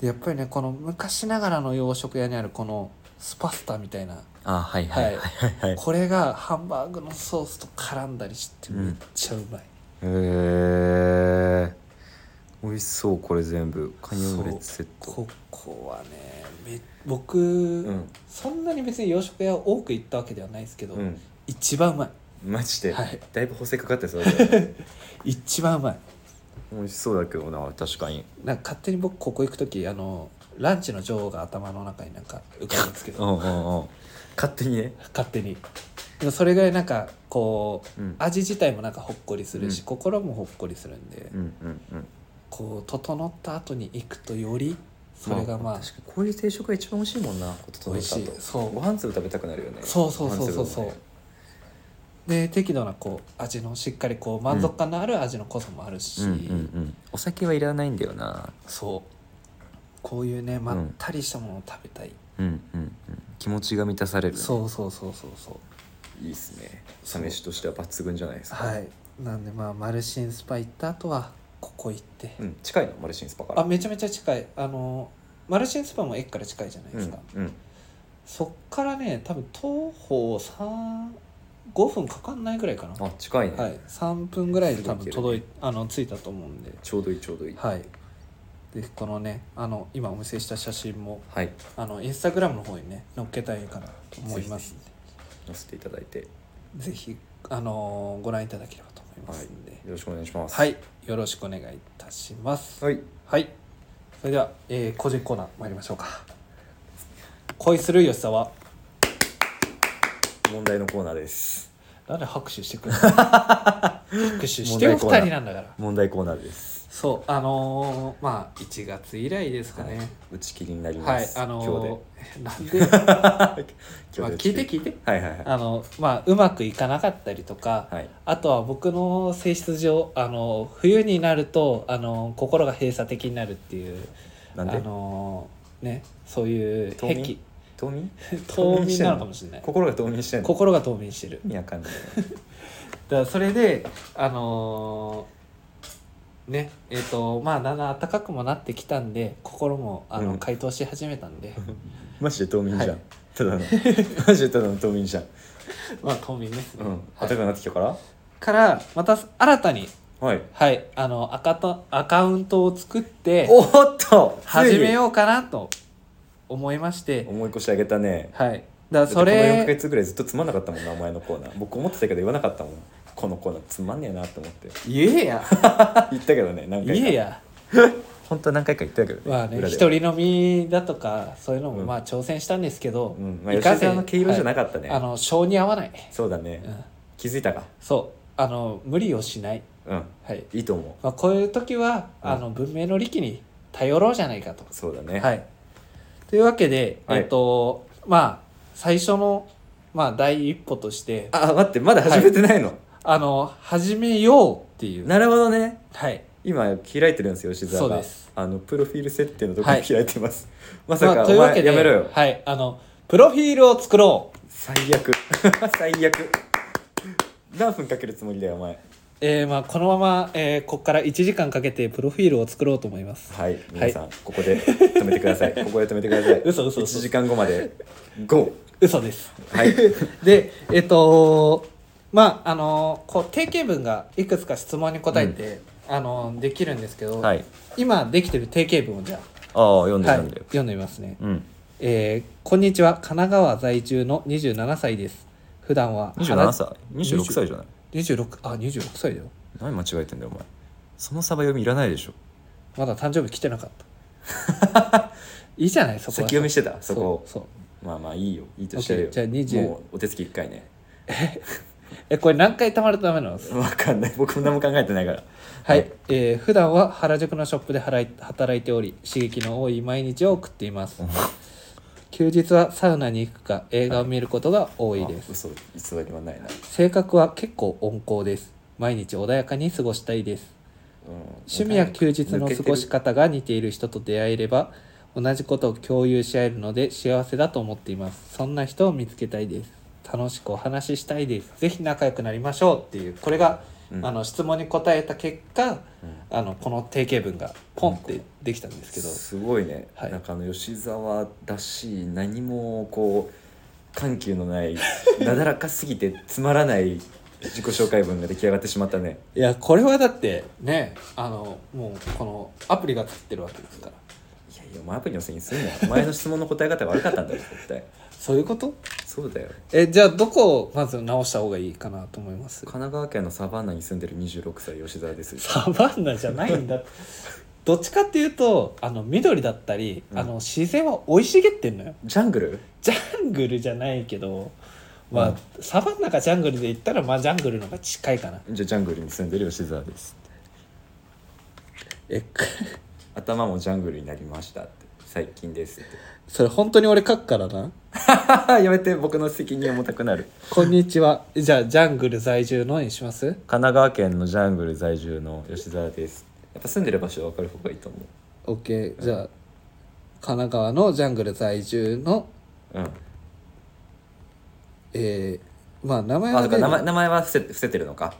Speaker 2: でやっぱりねこの昔ながらの洋食屋にあるこのスパスタみたいな
Speaker 3: あはいはいはいはいはい、
Speaker 2: これがハンバーグのソースと絡んだりして
Speaker 3: うん
Speaker 2: めっちゃうまい、
Speaker 3: へえ美味しそうこれ全部カニオムレツセット
Speaker 2: ここはねめ僕、
Speaker 3: ん
Speaker 2: そんなに別に洋食屋多く行ったわけではないですけど、
Speaker 3: うん
Speaker 2: 一番うま
Speaker 3: マジで、
Speaker 2: はい
Speaker 3: だいぶ補正かかってそうだね
Speaker 2: い一番うまい
Speaker 3: 美味しそうだけどな確かに
Speaker 2: なんか勝手に僕ここ行く時あのランチの女王が頭の中になんか浮かぶんですけ
Speaker 3: う
Speaker 2: ど
Speaker 3: んうんうん勝手にね
Speaker 2: 勝手にでもそれぐらいなんかこう、
Speaker 3: うん
Speaker 2: 味自体もなんかほっこりするし、
Speaker 3: うん
Speaker 2: 心もほっこりするんで、
Speaker 3: うんうんうん
Speaker 2: こう整った後に行くとよりそれがまあ、
Speaker 3: 確かにこういう定食が一番美味しいもんな
Speaker 2: 美味しいそう
Speaker 3: ご飯粒食べたくなるよね
Speaker 2: そうそうそうそうそう
Speaker 3: ご飯粒もね
Speaker 2: で適度なこう味のしっかりこう満足感のある味の濃さもあるし、
Speaker 3: うんうんうんお酒はいらないんだよな
Speaker 2: そうこういうねまったりしたものを食べたい、
Speaker 3: うんうんうん気持ちが満たされる
Speaker 2: そうそうそうそうそう
Speaker 3: いいですねサ飯としては抜群じゃないですか
Speaker 2: はいなんでまあマルシンスパ行った後はここ行って、
Speaker 3: うん近いのマルシンスパから
Speaker 2: あめちゃめちゃ近いあのマルシンスパも駅から近いじゃないですか、
Speaker 3: うんうん
Speaker 2: そっからね多分徒歩三5分かかんないぐらいかな
Speaker 3: あ近いね、
Speaker 2: はい3分ぐらいで多分
Speaker 3: すご
Speaker 2: 届
Speaker 3: い
Speaker 2: いあの着いたと思うんで
Speaker 3: ちょうどいいちょうどいい
Speaker 2: はいでこのねあの今お見せした写真も
Speaker 3: はい
Speaker 2: あのインスタグラムの方にね載っけたいかなと思いますんで
Speaker 3: 載せていただいて
Speaker 2: ぜひ、あのーご覧いただければと思いますんで、
Speaker 3: よろしくお願いします
Speaker 2: はい、よろしくお願いいたします。はい、
Speaker 3: はい
Speaker 2: それでは、えー個人コーナー参りましょうか。恋する吉沢、
Speaker 3: 問題のコーナーです
Speaker 2: なんで拍手して くるの拍手してよ、二
Speaker 3: 問題コーナー
Speaker 2: 人なんだから。
Speaker 3: 問題コーナーです
Speaker 2: そう、あのーまあ、1月以来ですかね。はい
Speaker 3: 打ち切りになります、
Speaker 2: あのー
Speaker 3: 今
Speaker 2: なんで、ま
Speaker 3: 日で
Speaker 2: あ
Speaker 3: 今日で打ち
Speaker 2: 聞い
Speaker 3: 切
Speaker 2: て
Speaker 3: り
Speaker 2: 聞いて。
Speaker 3: はいはいはい
Speaker 2: あの、まあ、うまくいかなかったりとか、
Speaker 3: はい
Speaker 2: あとは僕の性質上あの冬になるとあの心が閉鎖的になるっていう
Speaker 3: なん
Speaker 2: あ
Speaker 3: で
Speaker 2: のねそういう
Speaker 3: 冬
Speaker 2: 癖
Speaker 3: 眠冬眠
Speaker 2: 冬眠なのかもしれない
Speaker 3: 心が冬眠してんの
Speaker 2: 心が冬眠してる
Speaker 3: 意味わかんない
Speaker 2: だからそれであのーねえっ、とまあだんだん暖かくもなってきたんで心もあの、
Speaker 3: うん
Speaker 2: 解凍し始めたんで
Speaker 3: マジで冬眠じゃん、
Speaker 2: はい
Speaker 3: ただのマジでただの冬眠じゃん
Speaker 2: まあ冬眠ですね、
Speaker 3: うん
Speaker 2: は
Speaker 3: 暖
Speaker 2: い
Speaker 3: かくなってきたから
Speaker 2: からまた新たに
Speaker 3: はい
Speaker 2: はいあのアカとアカウントを作って
Speaker 3: おっと
Speaker 2: 始め
Speaker 3: う
Speaker 2: ようかなと思いまして
Speaker 3: 思い越してあげたね
Speaker 2: はいだからそ
Speaker 3: だってこの4ヶ
Speaker 2: れ
Speaker 3: 月ぐらいずっとつまんなかったもんなお前のコーナー僕思ってたけど言わなかったもんこのコーナーつまんねえなって思って
Speaker 2: 言え や
Speaker 3: 言ったけどね何回か
Speaker 2: 言えや
Speaker 3: 本当は何回か言ったけどね
Speaker 2: まあね
Speaker 3: 裏で
Speaker 2: 一
Speaker 3: は
Speaker 2: 人飲みだとかそういうの
Speaker 3: う
Speaker 2: も
Speaker 3: ん
Speaker 2: まあ挑戦したんですけど、
Speaker 3: うんまあ吉沢の毛色じゃなかったね、
Speaker 2: はいあの性に合わない、
Speaker 3: そうだね、
Speaker 2: うん
Speaker 3: 気づいたか
Speaker 2: そうあの無理をしない、
Speaker 3: うん
Speaker 2: はい
Speaker 3: いいと思
Speaker 2: まあ、こういう時は、
Speaker 3: うん
Speaker 2: あの文明の利器に頼ろうじゃないかと
Speaker 3: うそうだね
Speaker 2: はいというわけで、
Speaker 3: はい
Speaker 2: えっとまあ最初のまあ第一歩としてあ
Speaker 3: あ待ってまだ始めてないの、
Speaker 2: の始めようっていう
Speaker 3: なるほどね
Speaker 2: はい
Speaker 3: 今開いてるんですよ吉沢が
Speaker 2: そうです
Speaker 3: あのプロフィール設定のところ
Speaker 2: はい
Speaker 3: 開いてます、まさ
Speaker 2: まあ
Speaker 3: か、
Speaker 2: という
Speaker 3: お
Speaker 2: わけ
Speaker 3: 前
Speaker 2: で
Speaker 3: やめろよ
Speaker 2: はいあのプロフィールを作ろう
Speaker 3: 最悪 最悪何分かけるつもりだよお前
Speaker 2: えー、まあこのまま、えーここから1時間かけてプロフィールを作ろうと思います
Speaker 3: はい皆さん、ここで止めてくださ いここで止めてください
Speaker 2: 嘘嘘嘘
Speaker 3: 1時間後まで GO
Speaker 2: 嘘 です
Speaker 3: はい
Speaker 2: でえっ、とまああのこう定型文がいくつか質問に答えて、あのできるんですけど、
Speaker 3: はい
Speaker 2: 今できてる定型文をじゃあ
Speaker 3: ああ読んで
Speaker 2: は
Speaker 3: た
Speaker 2: い
Speaker 3: んだよ、
Speaker 2: 読んでみますね
Speaker 3: うん
Speaker 2: えーこんにちは神奈川在住の27歳です普段は
Speaker 3: 27歳26歳じゃない
Speaker 2: 26あ26歳だよ
Speaker 3: 何間違えてんだよお前そのサバ読みいらないでしょ
Speaker 2: まだ誕生日来てなかった いいじゃないそこは
Speaker 3: 先読みしてたそこを
Speaker 2: そう
Speaker 3: まあまあいいよいいとしてるよ
Speaker 2: OK じゃあ20
Speaker 3: もうお手つき1回ね
Speaker 2: そうえこれ何回貯まるとダメなの
Speaker 3: わかんない僕も何も考えてないから
Speaker 2: はい、えー普段は原宿のショップで働い働いており刺激の多い毎日を送っています休日はサウナに行くか映画を見ることが多いです、
Speaker 3: あ嘘偽りはないな、
Speaker 2: 性格は結構温厚です毎日穏やかに過ごしたいです
Speaker 3: うん
Speaker 2: 趣味や休日の過ごし方が似ている人と出会えれば同じことを共有し合えるので幸せだと思っていますそんな人を見つけたいです楽しくお話ししたいですぜひ仲良くなりましょうっていうこれが、
Speaker 3: うん
Speaker 2: あの質問に答えた結果
Speaker 3: うん
Speaker 2: あのこの定型文がポンってできたんですけど、
Speaker 3: すごいね、
Speaker 2: はい
Speaker 3: なんかあの吉沢らしい何もこう緩急のない なだらかすぎてつまらない自己紹介文が出来上がってしまったね
Speaker 2: いやこれはだってねあのもうこのアプリが作ってるわけですから
Speaker 3: いやいやお前アプリのせいにすんなよお前の質問の答え方が悪かったんだよ絶対
Speaker 2: そういうこと
Speaker 3: そうだよ
Speaker 2: えじゃあどこをまず直した方がいいかなと思います
Speaker 3: 神奈川県のサバンナに住んでる26歳吉沢です
Speaker 2: サバンナじゃないんだってどっちかっていうとあの緑だったり、
Speaker 3: うん
Speaker 2: あの自然は生い茂ってんのよ
Speaker 3: ジャングル
Speaker 2: ジャングルじゃないけどまあ、
Speaker 3: うん
Speaker 2: サバンナかジャングルで言ったらまあジャングルの方が近いかな
Speaker 3: じゃあジャングルに住んでる吉沢です
Speaker 2: え
Speaker 3: 頭もジャングルになりましたって最近ですって
Speaker 2: それ本当に俺書くからな
Speaker 3: やめて僕の責任重たくなる
Speaker 2: こんにちは じゃあジャングル在住のにします
Speaker 3: 神奈川県のジャングル在住の吉沢ですやっぱ住んでる場所は分かる方がいいと思
Speaker 2: OK じゃあ神奈川のジャングル在住の
Speaker 3: ううん
Speaker 2: えーまあ名前
Speaker 3: あ
Speaker 2: は
Speaker 3: だ
Speaker 2: ね
Speaker 3: から名前名前は伏せ伏せてるのか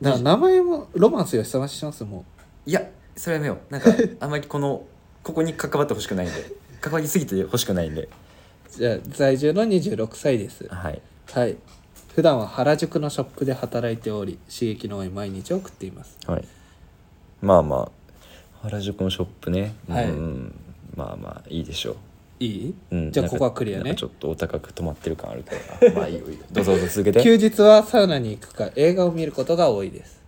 Speaker 2: だから名前もロマンスよさまししますも
Speaker 3: いやそれはやめよ うなんかあんまりこのここに関わってほしくないんで関わりすぎてほしくないんで
Speaker 2: うじゃあ在住の26歳です
Speaker 3: はい
Speaker 2: はい普段は原宿のショップで働いており刺激の多い毎日を送っています
Speaker 3: はいまあまあ原宿のショップね
Speaker 2: はい
Speaker 3: ん、まあまあいいでしょう
Speaker 2: いい、
Speaker 3: うん
Speaker 2: じゃあ
Speaker 3: なんか
Speaker 2: ここはクリア
Speaker 3: なん
Speaker 2: ね
Speaker 3: かちょっとお高く止まってる感あるから まあいいよいいよどうぞどうぞ続けて
Speaker 2: 休日はサウナに行くか映画を見ることが多いです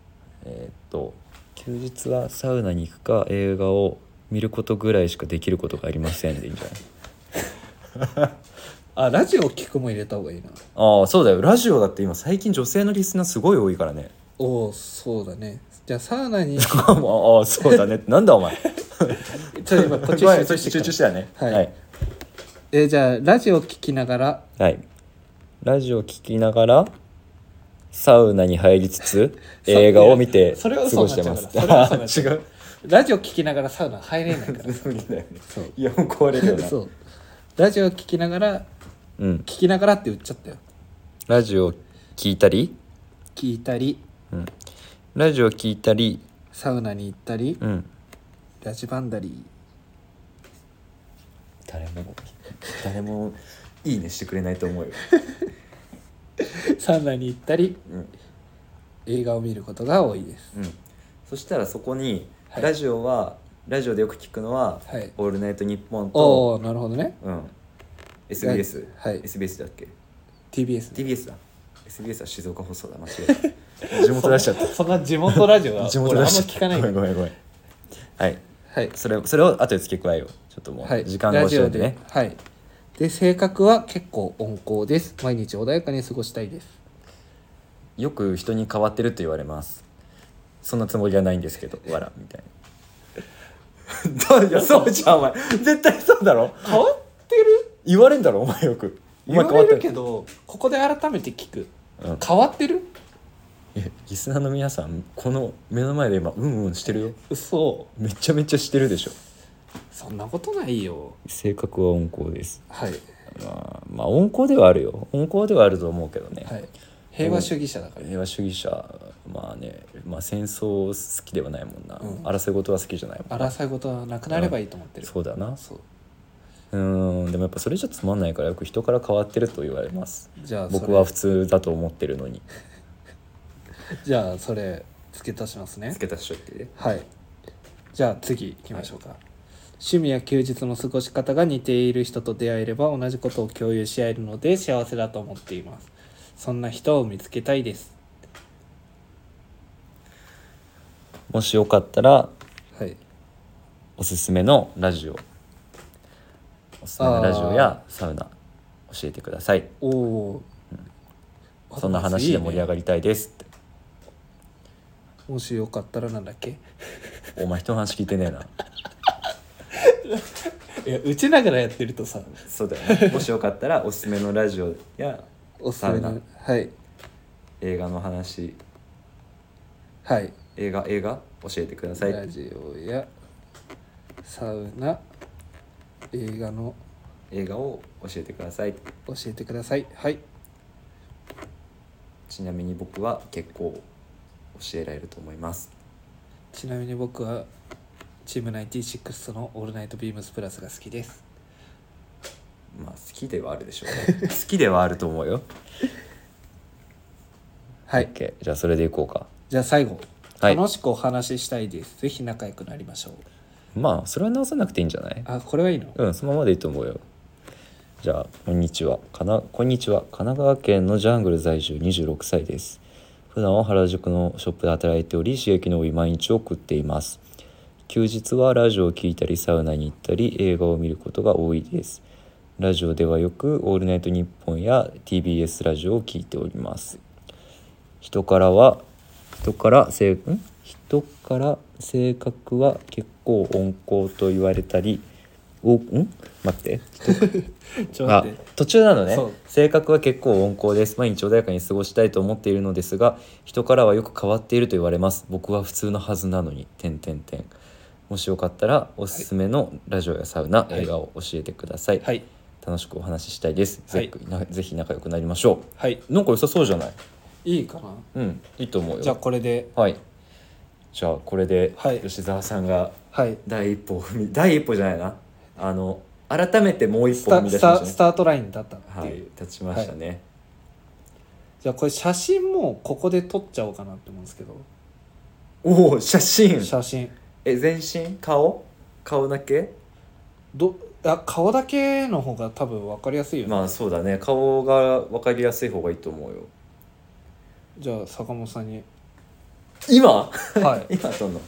Speaker 3: えーっと休日はサウナに行くか映画を見ることぐらいしかできることがありませんでいいんじゃない
Speaker 2: あラジオを聞くも入れた方がいいな
Speaker 3: ああそうだよラジオだって今最近女性のリスナーすごい多いからね
Speaker 2: おおそうだねじゃあサウナ に
Speaker 3: ああそうだ ねなんだお前
Speaker 2: ちょっと 今こっち
Speaker 3: ごめん
Speaker 2: 集中して
Speaker 3: 集
Speaker 2: き
Speaker 3: 中
Speaker 2: た
Speaker 3: してたね
Speaker 2: はいえーじゃあラジオを聞きながら
Speaker 3: はいラジオ聞きながらサウナに入りつ つ映画を見て
Speaker 2: そ
Speaker 3: 過
Speaker 2: れは嘘
Speaker 3: ご
Speaker 2: に
Speaker 3: して
Speaker 2: な
Speaker 3: ま
Speaker 2: っ
Speaker 3: す
Speaker 2: ちゃうからそれは嘘
Speaker 3: 違う
Speaker 2: ラジオ聞きながらサウナ入れないか
Speaker 3: 無理 だよね
Speaker 2: そう
Speaker 3: いやもう壊れるよ
Speaker 2: ら
Speaker 3: な
Speaker 2: そうラジオを聞きながら
Speaker 3: うん
Speaker 2: 聞きながらって言っちゃったよ
Speaker 3: ラジオ聞いたり、
Speaker 2: 聞いたり
Speaker 3: うん、ラジオ聞いたり、
Speaker 2: サウナに行ったり
Speaker 3: うん、
Speaker 2: ラジバンダリー
Speaker 3: 誰も誰もいいねしてくれないと思うよ、
Speaker 2: サウナに行ったり
Speaker 3: うん
Speaker 2: 映画を見ることが多いです
Speaker 3: うん、そしたらそこに、
Speaker 2: はい
Speaker 3: ラジオはラジオでよく聞くのは「
Speaker 2: はい
Speaker 3: オールナイトニッポン
Speaker 2: お
Speaker 3: と」
Speaker 2: おなるほどね
Speaker 3: うん、SBS、
Speaker 2: はい
Speaker 3: SBS だっけ
Speaker 2: TBS
Speaker 3: TBS だ SBS は静岡放送だ間違えた 地元出しちゃっ
Speaker 2: そんな地元ラジオは
Speaker 3: た地
Speaker 2: 俺あん
Speaker 3: 元
Speaker 2: ま
Speaker 3: 出し
Speaker 2: 聞
Speaker 3: ちゃ
Speaker 2: か
Speaker 3: っ
Speaker 2: な
Speaker 3: た
Speaker 2: い
Speaker 3: ご
Speaker 2: か
Speaker 3: めん
Speaker 2: ら
Speaker 3: ごめんごめんはい
Speaker 2: はい
Speaker 3: それそれを後で付け加えようちょっとも
Speaker 2: は
Speaker 3: う
Speaker 2: い
Speaker 3: 時間が押しちゃうんでね、
Speaker 2: ラジオではいで性格は結構温厚です毎日穏やかに過ごしたいです
Speaker 3: よく人に変わってると言われますそんなつもりはないんですけどわらみたいなどういや そうじゃんお前絶対そうだろ
Speaker 2: 変わってる
Speaker 3: 言われんだろお前よくお
Speaker 2: 言
Speaker 3: 前
Speaker 2: われるけ
Speaker 3: ど、
Speaker 2: どここで改めて聞く
Speaker 3: うん、
Speaker 2: 変わってる
Speaker 3: いやリスナーの皆さんこの目の前で今うんうんしてるよ
Speaker 2: 嘘
Speaker 3: めちゃめちゃしてるでしょ
Speaker 2: そんなことないよ
Speaker 3: 性格は温厚です
Speaker 2: はい
Speaker 3: まあ、まあ、温厚ではあるよ温厚ではあると思うけどね、
Speaker 2: はい平和主義者だから
Speaker 3: 平和主義者まあね、まあ、戦争好きではないもんな、
Speaker 2: うん
Speaker 3: 争い事は好きじゃないもんな
Speaker 2: 争い事はなくなればいいと思ってる
Speaker 3: そうだな
Speaker 2: そう
Speaker 3: うーんでもやっぱそれじゃつまんないからよく人から変わってると言われます
Speaker 2: じゃあそれ
Speaker 3: 僕は普通だと思ってるのに
Speaker 2: じゃあそれ付け足しますね
Speaker 3: け足しとって
Speaker 2: はいじゃあ次行きましょうか、趣味や休日の過ごし方が似ている人と出会えれば同じことを共有し合えるので幸せだと思っていますそんな人を見つけたいです
Speaker 3: もしよかったら
Speaker 2: はい
Speaker 3: おすすめのラジオおすすめのラジオやサウナ教えてください
Speaker 2: おおー、
Speaker 3: そんな話で盛り上
Speaker 2: が
Speaker 3: がりたいですって
Speaker 2: もしよかったらなんだっけ
Speaker 3: お前人の話聞いてねえない
Speaker 2: や打ちながらやってるとさ
Speaker 3: そうだよねもしよかったらおすすめのラジオや
Speaker 2: おすすめ
Speaker 3: サウ
Speaker 2: の
Speaker 3: ナ
Speaker 2: はい
Speaker 3: 映画の話
Speaker 2: はい
Speaker 3: 映画映画教えてください
Speaker 2: ラジオやサウナ映画の
Speaker 3: 映画を教えてください
Speaker 2: 教えてくださいはい
Speaker 3: ちなみに僕は結構教えられると思います
Speaker 2: ちなみに僕はチーム96の「オールナイトビームスプラス」が好きです
Speaker 3: まあ好きではあるでしょうね 好きではあると思うよ
Speaker 2: はい
Speaker 3: OK じゃあそれでいこうか
Speaker 2: じゃあ最後、
Speaker 3: はい
Speaker 2: 楽しくお話ししたいですぜひ仲良くなりましょう
Speaker 3: まあそれは直さなくていいんじゃない
Speaker 2: あこれはいいの
Speaker 3: うんそのままでいいと思うよじゃあこんにちはかなこんにちは神奈川県のジャングル在住26歳です普段は原宿のショップで働いており刺激の多い毎日を送っています休日はラジオを聴いたりサウナに行ったり映画を見ることが多いですラジオではよく「オールナイトニッポン」や TBS ラジオを聴いております人からは人から性ん人から性格は結構温厚と言われたりおん待って
Speaker 2: ちょっ
Speaker 3: あ
Speaker 2: と待って
Speaker 3: 途中なのね
Speaker 2: そう
Speaker 3: 性格は結構温厚です毎日穏やかに過ごしたいと思っているのですが人からはよく変わっていると言われます僕は普通のはずなのに点点点もしよかったらおすすめのラジオやサウナ、
Speaker 2: はい
Speaker 3: 映画を教えてください、
Speaker 2: はい
Speaker 3: 楽しくお話ししたいです、
Speaker 2: はい
Speaker 3: ぜひなぜひ仲良くなりましょ
Speaker 2: はい、
Speaker 3: うなんか良さそうじゃない
Speaker 2: いいかな
Speaker 3: うんいいと思うよ
Speaker 2: じゃあこれで
Speaker 3: はいじゃあこれで
Speaker 2: はい
Speaker 3: 吉澤さんが
Speaker 2: はい
Speaker 3: 第一歩を踏み第一歩じゃないなあの改めてもう一
Speaker 2: ス
Speaker 3: 歩踏
Speaker 2: タ
Speaker 3: み
Speaker 2: ス
Speaker 3: 出しました
Speaker 2: タ
Speaker 3: ね
Speaker 2: スタートラインだったっていう、
Speaker 3: はい立ちましたね、
Speaker 2: じゃあこれ写真もここで撮っちゃおうかなって思うんですけど
Speaker 3: おお写真
Speaker 2: 写真
Speaker 3: え全身顔顔だけ
Speaker 2: どあ顔だけの方が多分分かりやすいよね、
Speaker 3: まあそうだね顔が分かりやすい方がいいと思うよ
Speaker 2: じゃあ坂本さんに
Speaker 3: 今
Speaker 2: はい
Speaker 3: 今撮んのい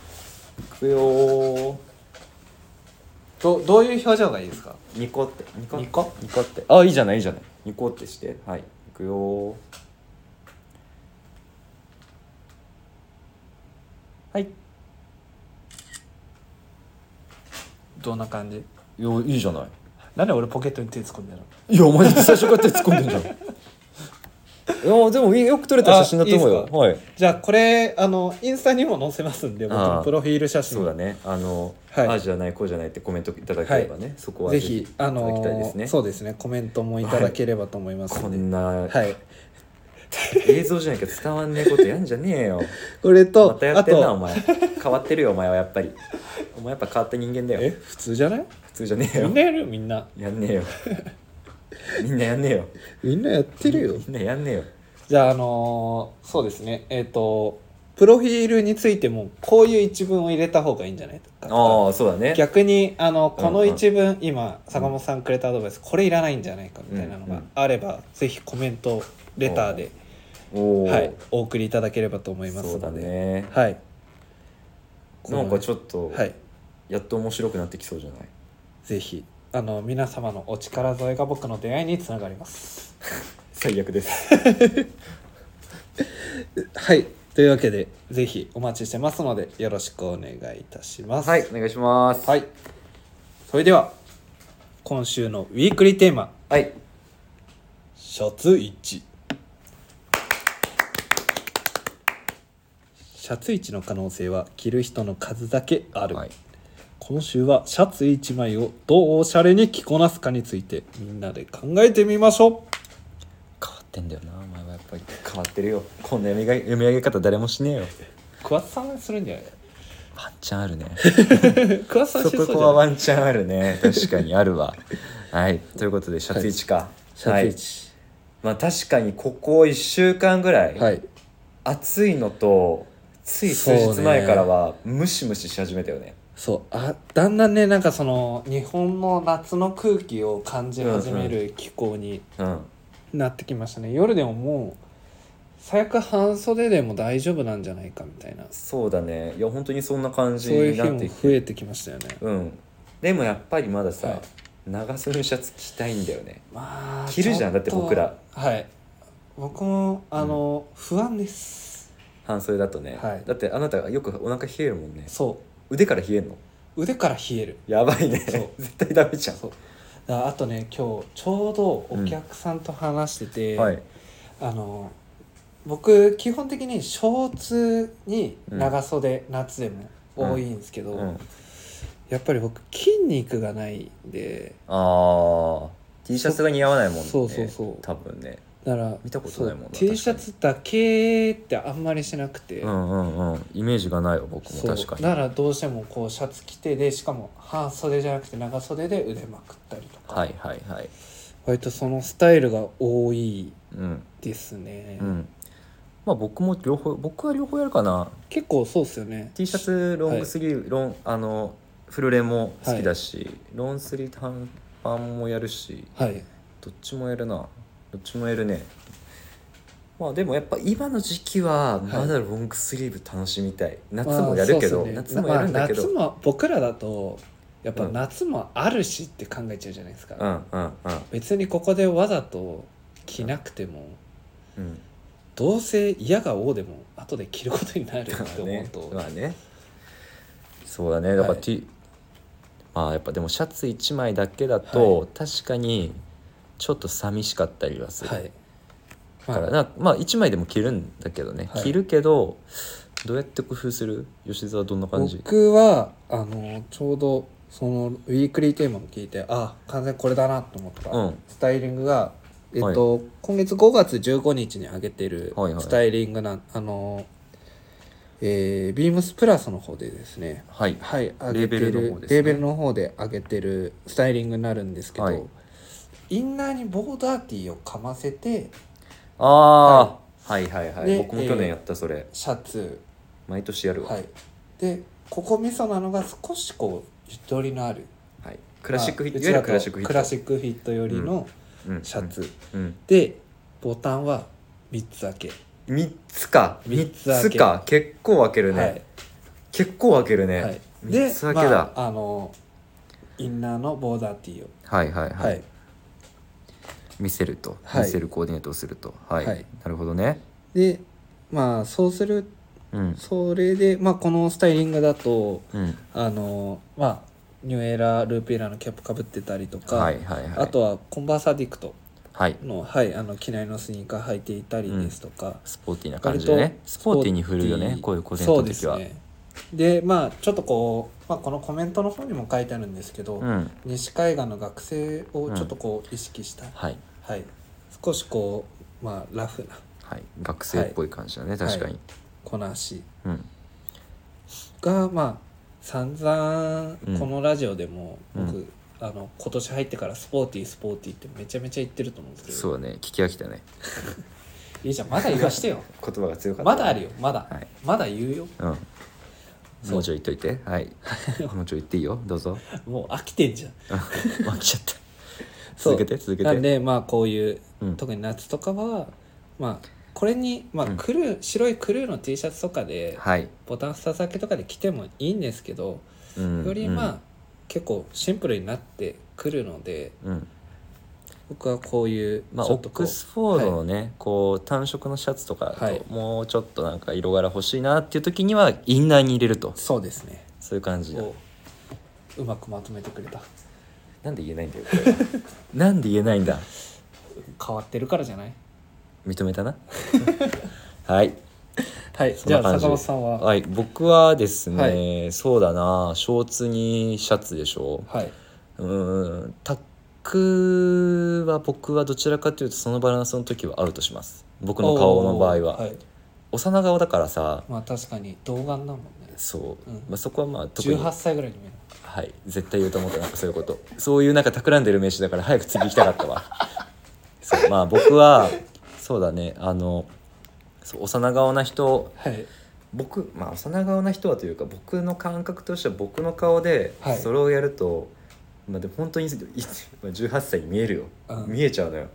Speaker 3: くよー
Speaker 2: どどういう表情がいいですか
Speaker 3: ニコってニコ
Speaker 2: ニコ
Speaker 3: ニコってあいいじゃないいいじゃないニコってしてはいいくよーはい
Speaker 2: どんな感じ
Speaker 3: いやいいじゃない
Speaker 2: なんで俺ポケットに手突っ込んでるの
Speaker 3: いや、マジで最初から手突っ込んでんじゃん。 いや、でもいいよく撮れた写真だと思う
Speaker 2: あいい
Speaker 3: よ。
Speaker 2: っすか
Speaker 3: はい。
Speaker 2: じゃあこれあのインスタにも載せますんで僕
Speaker 3: あ
Speaker 2: の
Speaker 3: あ
Speaker 2: プロフィール写真
Speaker 3: そうだね。あの、
Speaker 2: はい
Speaker 3: ああじゃない、こうじゃないってコメントいただければね、そこは
Speaker 2: ぜひあの
Speaker 3: いただきたいですね。
Speaker 2: そうですねコメントもいただければと思います
Speaker 3: こ
Speaker 2: ので、
Speaker 3: んな
Speaker 2: はい
Speaker 3: 映像じゃなきゃ伝わんねえことやんじゃねえ よ。
Speaker 2: これ
Speaker 3: ま
Speaker 2: と、
Speaker 3: たや
Speaker 2: あ
Speaker 3: ってんな、お
Speaker 2: と
Speaker 3: 前。変わってるよ、お前はやっぱり。お前やっぱ変わった人間だ
Speaker 2: え
Speaker 3: よ。
Speaker 2: 普通じゃない
Speaker 3: 普通じゃねえ
Speaker 2: みん
Speaker 3: よ。
Speaker 2: なやるよみんな
Speaker 3: やんねえ よ。みんなやんねえよ。
Speaker 2: みんなやってるよ
Speaker 3: みんなやんねえよ。
Speaker 2: じゃああのーそうですねえっ、とプロフィールについてもこういう一文を入れた方がいいんじゃないか
Speaker 3: ああ、そうだね。
Speaker 2: 逆にあの
Speaker 3: うんうん
Speaker 2: この一文、今坂本さんくれたアドバイスこれいらないんじゃないかみたいなの
Speaker 3: うん
Speaker 2: が
Speaker 3: うん
Speaker 2: あれば、ぜひコメントレターで、
Speaker 3: おお、
Speaker 2: はい、お送りいただければと思います
Speaker 3: そうだ
Speaker 2: ので、
Speaker 3: ね。
Speaker 2: はい
Speaker 3: なんか
Speaker 2: ょ
Speaker 3: ちょっと、
Speaker 2: はい
Speaker 3: やっと面白くなってきそうじゃない
Speaker 2: ぜひあの皆様のお力添えが僕の出会いにつながります
Speaker 3: 最悪です
Speaker 2: はいというわけでぜひお待ちしてますのでよろしくお願いいたします
Speaker 3: はいお願いします
Speaker 2: はいそれでは今週のウィークリーテーマ
Speaker 3: はい
Speaker 2: 「シャツ1」シャツ1の可能性は着る人の数だけある、
Speaker 3: はい
Speaker 2: 今週はシャツ1枚をどうおしゃれに着こなすかについてみんなで考えてみましょ
Speaker 3: 変わってんだよなお前はやっぱり変わってるよこんな読みが読み上げ方誰もしねえよ
Speaker 2: う桑田さんするん じゃな
Speaker 3: ワンチャンあるね
Speaker 2: い桑田さん
Speaker 3: そ
Speaker 2: しそう
Speaker 3: こ
Speaker 2: じ
Speaker 3: は
Speaker 2: ゃない
Speaker 3: ワンチャンあるね確かにあるわはいということでシャツ1か、
Speaker 2: シャツ
Speaker 3: まあ確かにここ1週間ぐらい、
Speaker 2: 1はい、
Speaker 3: 暑いのとつい数日前からはムシムシし始めたよね
Speaker 2: そうあだんだんねなんかその日本の夏の空気を感じ始める気候に
Speaker 3: うん
Speaker 2: なってきましたね、夜でももう最悪半袖でも大丈夫なんじゃないかみたいな
Speaker 3: そうだねいや本当にそんな感
Speaker 2: そ
Speaker 3: じ
Speaker 2: ういう
Speaker 3: に
Speaker 2: 日
Speaker 3: な
Speaker 2: も
Speaker 3: ってき
Speaker 2: 増えてきましたよね
Speaker 3: うんでもやっぱりまださ、
Speaker 2: はい
Speaker 3: 長袖のシャツ着たいんだよね
Speaker 2: まあ
Speaker 3: 着るじゃん
Speaker 2: ちょと
Speaker 3: だって僕ら
Speaker 2: はい僕もあの、不安です
Speaker 3: 半袖だとね、
Speaker 2: はい
Speaker 3: だってあなたがよくお腹冷えるもんね
Speaker 2: そ
Speaker 3: 腕から冷えるの
Speaker 2: う腕から冷える
Speaker 3: やばいね
Speaker 2: そう
Speaker 3: 絶対ダメじゃん
Speaker 2: そうだからあとね今日ちょうどお客さんと話してて、
Speaker 3: はい
Speaker 2: あの僕基本的にショーツに長袖、夏でも多いんですけど、
Speaker 3: うん、
Speaker 2: やっぱり僕筋肉がないんで
Speaker 3: あー T シャツが似合わないもんね
Speaker 2: そうそうそう
Speaker 3: 多分ね
Speaker 2: だから
Speaker 3: 見たことないもんな
Speaker 2: そう T
Speaker 3: 確
Speaker 2: シ
Speaker 3: か
Speaker 2: ャ
Speaker 3: に
Speaker 2: ツだけってあんまりしなくて、
Speaker 3: うんうんうんイメージがないわ僕も
Speaker 2: そう
Speaker 3: 確かに
Speaker 2: だからどうしてもこうシャツ着てでしかも半袖じゃなくて長袖で腕まくったりとか、
Speaker 3: はいはいはい
Speaker 2: 割とそのスタイルが多い
Speaker 3: うん
Speaker 2: ですね、
Speaker 3: うんまあ僕も両方僕は両方やるかな
Speaker 2: 結構そうですよね
Speaker 3: T シャツロングスリーブ、ロンあのフルレも好きだし、ロンスリー短パンもやるし
Speaker 2: はい
Speaker 3: どっちもやるなどっちもやるねまあでもやっぱ今の時期はまだロングスリーブ楽しみたい、夏もやるけど、
Speaker 2: まあ
Speaker 3: 夏もやるんだけど、
Speaker 2: まあ夏も僕らだとやっぱ
Speaker 3: うん
Speaker 2: 夏もあるしって考えちゃうじゃないですか、
Speaker 3: うんうんうん
Speaker 2: 別にここでわざと着なくても、
Speaker 3: うん
Speaker 2: どうせ嫌が王でも後で着ることになるって思うと、
Speaker 3: まあねそうだねだから
Speaker 2: はい
Speaker 3: T、まあやっぱでもシャツ1枚だけだと、確かにちょっと寂しかったりはする、
Speaker 2: はい
Speaker 3: だから
Speaker 2: まあ
Speaker 3: なまあ1枚でも着るんだけどね、
Speaker 2: はい
Speaker 3: 着るけどどうやって工夫する吉沢どんな感じ
Speaker 2: 僕はあのちょうどそのウィークリーテーマも聞いてあ完全にこれだなと思った、
Speaker 3: うん
Speaker 2: スタイリングが、えっと今月5月15日に上げてる
Speaker 3: はいはい
Speaker 2: スタイリングな、あの、えー、ビームスプラスの方でですね
Speaker 3: はい
Speaker 2: はい上げてる
Speaker 3: レーベルの方ですね
Speaker 2: レーベルの方で上げてるスタイリングになるんですけど、
Speaker 3: はい
Speaker 2: インナーにボーダーティーをかませて
Speaker 3: ああ、はい、はいはい
Speaker 2: で
Speaker 3: 僕も去年やったそれ、
Speaker 2: シャツ
Speaker 3: 毎年やるわ
Speaker 2: は
Speaker 3: はい、
Speaker 2: いでここみそなのが少しこうゆとりのある
Speaker 3: クラシックフィット
Speaker 2: ま
Speaker 3: い
Speaker 2: あ
Speaker 3: わゆる
Speaker 2: うちだと
Speaker 3: クラシック
Speaker 2: クラシック
Speaker 3: フィット
Speaker 2: フィットよりの
Speaker 3: うん
Speaker 2: シャツ、
Speaker 3: うん、
Speaker 2: でボタンは3つだけ、
Speaker 3: うん、3つか
Speaker 2: 三
Speaker 3: 3
Speaker 2: つ開け
Speaker 3: つか結構開けるね、
Speaker 2: はい
Speaker 3: 結構開けるね、
Speaker 2: はい、
Speaker 3: 3つ開けだ、
Speaker 2: まあ、あのインナーのボーダーティーを
Speaker 3: はいはいは
Speaker 2: は
Speaker 3: い、
Speaker 2: い
Speaker 3: 見せると、
Speaker 2: はい
Speaker 3: 見せるコーディネートをするとはい、
Speaker 2: はい
Speaker 3: なるほどね
Speaker 2: でまあそうする
Speaker 3: うん
Speaker 2: それで、まあ、このスタイリングだと
Speaker 3: うん
Speaker 2: あのまあニューエラーループエラーのキャップかぶってたりとか、
Speaker 3: はいはいはい
Speaker 2: あとはコンバーサディクト
Speaker 3: はい
Speaker 2: の,、はい、あの機内のスニーカー履いていたりですとか、
Speaker 3: スポーティーな感じで
Speaker 2: 割
Speaker 3: ね
Speaker 2: と
Speaker 3: スポーティーに振るよねこういうコーディネートの時は
Speaker 2: そうですねでまあちょっとこう、まあ、このコメントの方にも書いてあるんですけど、
Speaker 3: うん
Speaker 2: 西海岸の学生をちょっとこう意識した、
Speaker 3: はい
Speaker 2: はい、少しこうまあラフな
Speaker 3: はい学生っぽい感じだね、確かに、
Speaker 2: こなし
Speaker 3: うん
Speaker 2: がまあ散々
Speaker 3: うん
Speaker 2: このラジオでも僕、
Speaker 3: う
Speaker 2: あの今年入ってからスポーティースポーティーってめちゃめちゃ言ってると思うんですけど
Speaker 3: そうだね聞き飽きたね
Speaker 2: いいじゃんまだ言わして よ
Speaker 3: 言葉が強かった
Speaker 2: まだあるよまだ、
Speaker 3: はい
Speaker 2: まだ言うよ
Speaker 3: うん
Speaker 2: そう
Speaker 3: もうちょい言っといてはい もうちょい言っていいよどうぞ
Speaker 2: もう飽きてんじゃん
Speaker 3: うん飽きちゃった
Speaker 2: そう
Speaker 3: 続けて続け
Speaker 2: なん
Speaker 3: て
Speaker 2: でまあこういう、
Speaker 3: うん
Speaker 2: 特に夏とかはまあこれに、まあ
Speaker 3: うん
Speaker 2: クルー白いクルーの T シャツとかで、
Speaker 3: はい、
Speaker 2: ボタンふた開けとかで着てもいいんですけど
Speaker 3: うん
Speaker 2: よりまあ、結構シンプルになってくるので
Speaker 3: うんうん
Speaker 2: 僕はこういう
Speaker 3: まあ、
Speaker 2: ちょ
Speaker 3: オ
Speaker 2: っと
Speaker 3: ッ
Speaker 2: こう
Speaker 3: クスフォードのね、こう単色のシャツとかだと、
Speaker 2: はい
Speaker 3: もうちょっとなんか色柄欲しいなっていう時にはインナーに入れると
Speaker 2: そうですね
Speaker 3: そういう感じだ
Speaker 2: をうまくまとめてくれた
Speaker 3: なんで言えないんだよこれなんで言えないんだ
Speaker 2: 変わってるからじゃない
Speaker 3: 認めたな はい
Speaker 2: はい
Speaker 3: そん
Speaker 2: じゃ
Speaker 3: な
Speaker 2: あ
Speaker 3: 感
Speaker 2: 坂本さんは
Speaker 3: はい僕はですね、そうだなショーツにシャツでしょ
Speaker 2: はい、
Speaker 3: うーんタックは僕はどちらかというとそのバランスの時はアウトします僕の顔の場合は、
Speaker 2: おーい
Speaker 3: 幼顔だからさ
Speaker 2: まあ確かに童顔だもんね
Speaker 3: そう、
Speaker 2: うん
Speaker 3: まあ、そこはまあ特に
Speaker 2: 18歳ぐらいに見える
Speaker 3: はい絶対言うと思ったなんかそういうことそういうなんか企んでる名詞だから早く次行きたかっ たわそうまあ僕はそうだねあのそう幼顔な人
Speaker 2: はい
Speaker 3: 僕まあ幼顔な人はというか僕の感覚としては僕の顔で
Speaker 2: はい
Speaker 3: それをやると、まあでも本当にい まあ18歳に見えるよ、
Speaker 2: うん
Speaker 3: 見えちゃうのよ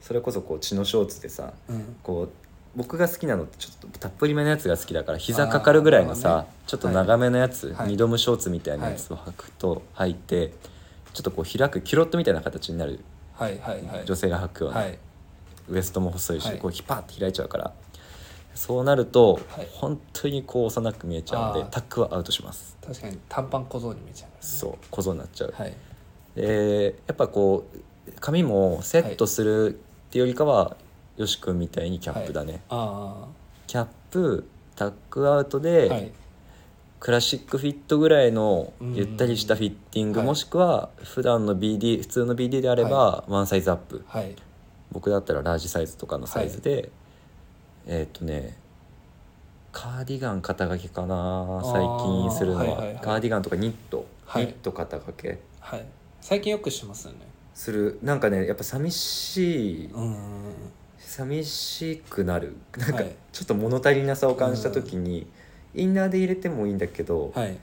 Speaker 3: それこそこう血のショーツでさ
Speaker 2: うん
Speaker 3: こう僕が好きなのってちょっとたっぷりめのやつが好きだから膝かかるぐらいの
Speaker 2: あー
Speaker 3: さ、
Speaker 2: なる
Speaker 3: ちょっと長めのやつ、
Speaker 2: はい
Speaker 3: 二度ムショーツみたいなやつを履くと履いて、ちょっとこう開くキュロットみたいな形になる
Speaker 2: はいはいはい
Speaker 3: 女性が履くような、
Speaker 2: はい
Speaker 3: ウエストも細いし、
Speaker 2: はい
Speaker 3: こうパーって開いちゃうからそうなると、
Speaker 2: はい
Speaker 3: 本当にこう幼く見えちゃうん
Speaker 2: あ
Speaker 3: で
Speaker 2: ー
Speaker 3: タックはアウトします
Speaker 2: 確かに短パン小僧に見えちゃいます
Speaker 3: そう小僧になっちゃう、
Speaker 2: はい
Speaker 3: でやっぱこう髪もセットするっていうよりかは、よし君みたいにキャップだね、
Speaker 2: あ
Speaker 3: キャップタックアウト
Speaker 2: あ
Speaker 3: で、
Speaker 2: はい
Speaker 3: クラシックフィットぐらいの
Speaker 2: うん
Speaker 3: ゆったりしたフィッティング、
Speaker 2: はい
Speaker 3: もしくは普段の BD 普通の BD であればワンサイズアップ、
Speaker 2: はい
Speaker 3: 僕だったらラージサイズとかのサイズで、えーっとねカーディガン肩掛けかな
Speaker 2: あ
Speaker 3: 最
Speaker 2: ー
Speaker 3: 近するのは,、
Speaker 2: はいはいはい
Speaker 3: カーディガンとかニット、
Speaker 2: はい
Speaker 3: ニット肩掛け
Speaker 2: はい最近よくしますよね
Speaker 3: するなんかねやっぱ寂しい、
Speaker 2: うーん
Speaker 3: 寂しくなるなん
Speaker 2: は
Speaker 3: か
Speaker 2: い
Speaker 3: ちょっと物足りなさを感じた時に、インナーで入れてもいいんだけど、
Speaker 2: はい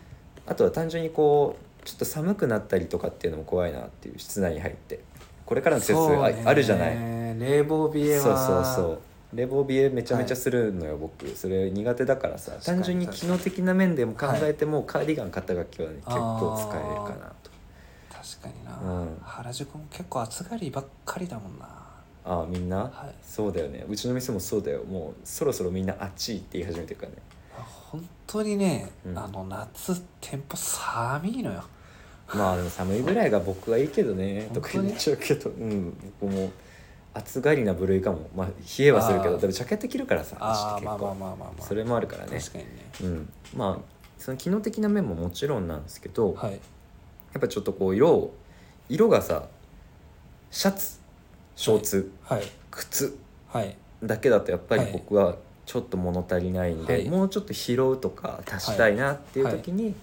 Speaker 3: あとは単純にこうちょっと寒くなったりとかっていうのも怖いなっていう室内に入ってこれからの季節あ,、あるじゃない
Speaker 2: い冷房冷え
Speaker 3: そうそ
Speaker 2: は
Speaker 3: うそう冷房冷えめちゃめちゃするのよ、僕それ苦手だからさ
Speaker 2: かに
Speaker 3: 単純に機能的な面でも考えても、カーディガン肩書きはね結構使えるかなと
Speaker 2: 確かにな、
Speaker 3: うん
Speaker 2: 原宿も結構暑がりばっかりだもんな
Speaker 3: ああみんな、
Speaker 2: はい
Speaker 3: そうだよねうちの店もそうだよもうそろそろみんなあっちいって言い始めてるからね
Speaker 2: 本当にね、
Speaker 3: うん
Speaker 2: あの夏店舗寒いのよ
Speaker 3: まあでも寒いぐらいが僕はいいけどねとか
Speaker 2: 本当
Speaker 3: 言
Speaker 2: に
Speaker 3: っちゃうけど、うん僕も暑がりな部類かもまあ冷えはするけど
Speaker 2: あー
Speaker 3: でもジャケット着るからさ
Speaker 2: あ
Speaker 3: 私っ
Speaker 2: あ
Speaker 3: て
Speaker 2: まあ
Speaker 3: 結
Speaker 2: まあ
Speaker 3: 構
Speaker 2: まあまあまあ
Speaker 3: それもあるからね
Speaker 2: 確かにね
Speaker 3: うんまあその機能的な面ももちろんなんですけど、や
Speaker 2: はい
Speaker 3: っぱちょっとこう色を色がさシャツショーツ、
Speaker 2: はい
Speaker 3: 靴
Speaker 2: はい
Speaker 3: だけだとやっぱり
Speaker 2: はい
Speaker 3: 僕はちょっと物足りないんで、
Speaker 2: はい
Speaker 3: もうちょっと拾うとか足したいなっていう時に、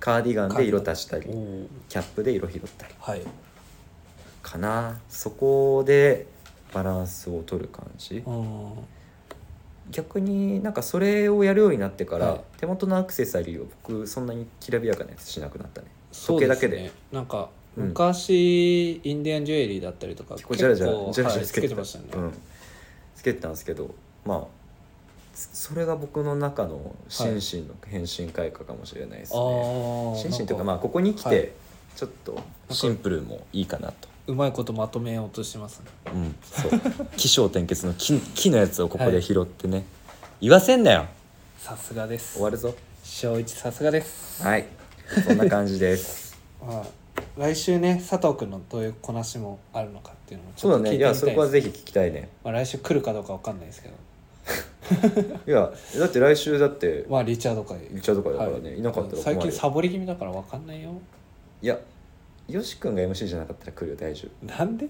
Speaker 3: カーディガンで色足したり
Speaker 2: お
Speaker 3: キャップで色拾ったり。
Speaker 2: はい
Speaker 3: かなそこでバランスを取る感じ
Speaker 2: うん
Speaker 3: 逆になんかそれをやるようになってから、
Speaker 2: はい
Speaker 3: 手元のアクセサリーを僕そんなにきらびやかなやつしなくなったね
Speaker 2: そう
Speaker 3: 時計
Speaker 2: で
Speaker 3: だ
Speaker 2: す
Speaker 3: け
Speaker 2: ね
Speaker 3: で
Speaker 2: なんか
Speaker 3: うん
Speaker 2: 昔、インディアンジュエリーだったりとか
Speaker 3: 結構ジャラジャ
Speaker 2: 結構
Speaker 3: ラジャラ
Speaker 2: は
Speaker 3: ジャラ
Speaker 2: い
Speaker 3: つ
Speaker 2: つ
Speaker 3: け
Speaker 2: け
Speaker 3: て
Speaker 2: て
Speaker 3: た,、
Speaker 2: ましたね、
Speaker 3: うん、つけてたんですけどまあそそれが僕の中の心身の変身開花かもしれないですね、
Speaker 2: ああ
Speaker 3: 心身というかま
Speaker 2: ま
Speaker 3: あここに来て、
Speaker 2: はい
Speaker 3: ちょっとシンプルもいいかなと。
Speaker 2: うまいことまとめようとしてますね
Speaker 3: うん、 そう起承転結の木木のやつをここで拾ってね、言わせんなよ
Speaker 2: さすがです
Speaker 3: 終わるぞ
Speaker 2: 小一さすがです
Speaker 3: はい、そんな感 じです。
Speaker 2: まあ、来週ね佐藤君のどういうこなしもあるのかっていうのもち
Speaker 3: そ
Speaker 2: ょ
Speaker 3: う
Speaker 2: っ
Speaker 3: だ
Speaker 2: と聞いてみたい
Speaker 3: ね、いや、
Speaker 2: です
Speaker 3: そこはぜひ聞きたいね。
Speaker 2: まあ、来週来るかどうかわかんないですけど
Speaker 3: いや、だって来週だって、
Speaker 2: まあリチャードか
Speaker 3: リチャード会だからねいなかったら困る
Speaker 2: 最近サボり気味だからわかんないよ
Speaker 3: いや、よし君が MC じゃなかったら来るよ、大丈夫。
Speaker 2: なん で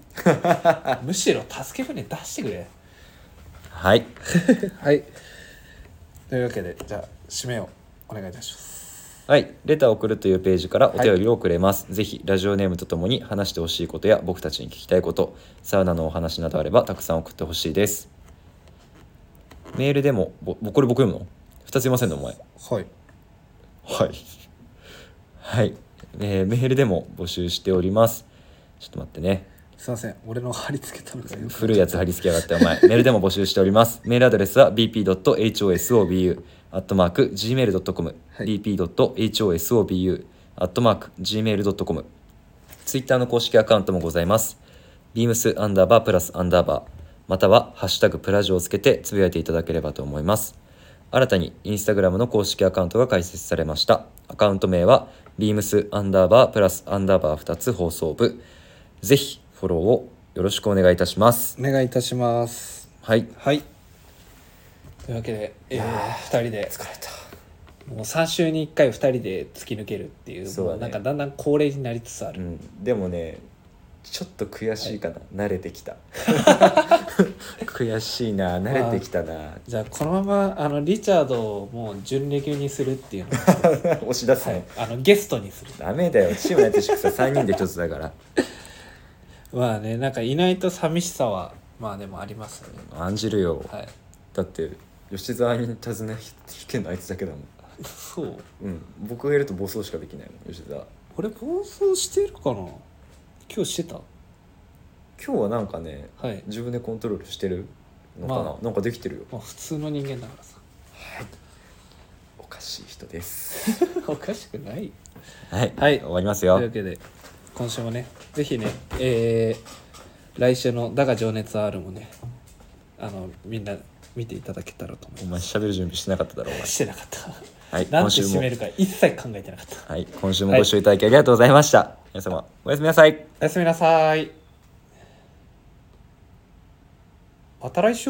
Speaker 2: むしろ助け舟出してくれ
Speaker 3: はい、
Speaker 2: はいというわけでじゃあ締めをお願いいたします
Speaker 3: はい、レターを送るというページからお便りをくれます。ぜひラジオネームとともに話してほしいことや僕たちに聞きたいこと、サウナのお話などあればたくさん送ってほしいです。メールでも、ぼぼこれ僕読むの二ついませんね、お前。
Speaker 2: はい
Speaker 3: はい。はい、えーメールでも募集しております。ちょっと待ってね。
Speaker 2: すいません俺の貼り付けたのがよく
Speaker 3: 古いやつ貼り付けやがってお前メールでも募集しておりますメールアドレスは bp.hosobu アットマーク gmail.com、bp.hosobu アットマーク gmail.com ツイッターの公式アカウントもございます beams アンダーバープラスアンダーバーまたはハッシュタグプラジオをつけてつぶやいていただければと思います新たにインスタグラムの公式アカウントが開設されましたアカウント名は beams アンダーバープラスアンダーバー2つ放送部ぜひフォローをよろしくお願いいたします
Speaker 2: お願いいたします
Speaker 3: はい
Speaker 2: はいというわけで、えー、2人で
Speaker 3: 疲れた
Speaker 2: もう3週に1回2人で突き抜けるっていう
Speaker 3: そうだね
Speaker 2: もうなんかだんだん恒例になりつつあ
Speaker 3: う
Speaker 2: る、
Speaker 3: んでもねちょっと悔しいかな、慣れてきた 悔しい な慣れてきたな
Speaker 2: じゃあこのままあのリチャードをもう準レギュにするっていうのを、
Speaker 3: 押し出す
Speaker 2: は
Speaker 3: の、
Speaker 2: い、あのゲストにする
Speaker 3: ダメだよチームやってしくさ3人で一つだから
Speaker 2: まあねなんかいないと寂しさはまあでもありますよね
Speaker 3: 感じるよ
Speaker 2: はい
Speaker 3: だって
Speaker 4: 吉沢に尋ね引けんのあいつだけだもん
Speaker 2: そう
Speaker 4: うん僕がいると暴走しかできないもん吉沢
Speaker 2: 俺暴走してるかな今日してた
Speaker 4: 今日はなんかね
Speaker 2: はい
Speaker 4: 自分でコントロールしてるのかな、
Speaker 2: まあ
Speaker 4: なんかできてるよ
Speaker 2: まあ普通の人間だからさ
Speaker 4: おかしい人です
Speaker 2: おかしくない
Speaker 3: はい、
Speaker 2: はい
Speaker 3: 終わります
Speaker 2: という
Speaker 3: よ
Speaker 2: わけで今週もねぜひねえー来週の「だが情熱はある」もねあのみんな見ていただけたらと思い
Speaker 3: お
Speaker 2: ま
Speaker 3: 前喋る準備してなかっただろお前
Speaker 2: すしてなかった
Speaker 3: はい
Speaker 2: なん
Speaker 3: 今
Speaker 2: て
Speaker 3: 週
Speaker 2: 締
Speaker 3: も
Speaker 2: めるか一切考えてなかった
Speaker 3: はい今週もご視聴いただきありがとうございました、皆様おやすみなさい
Speaker 2: おやすみなさいまた来週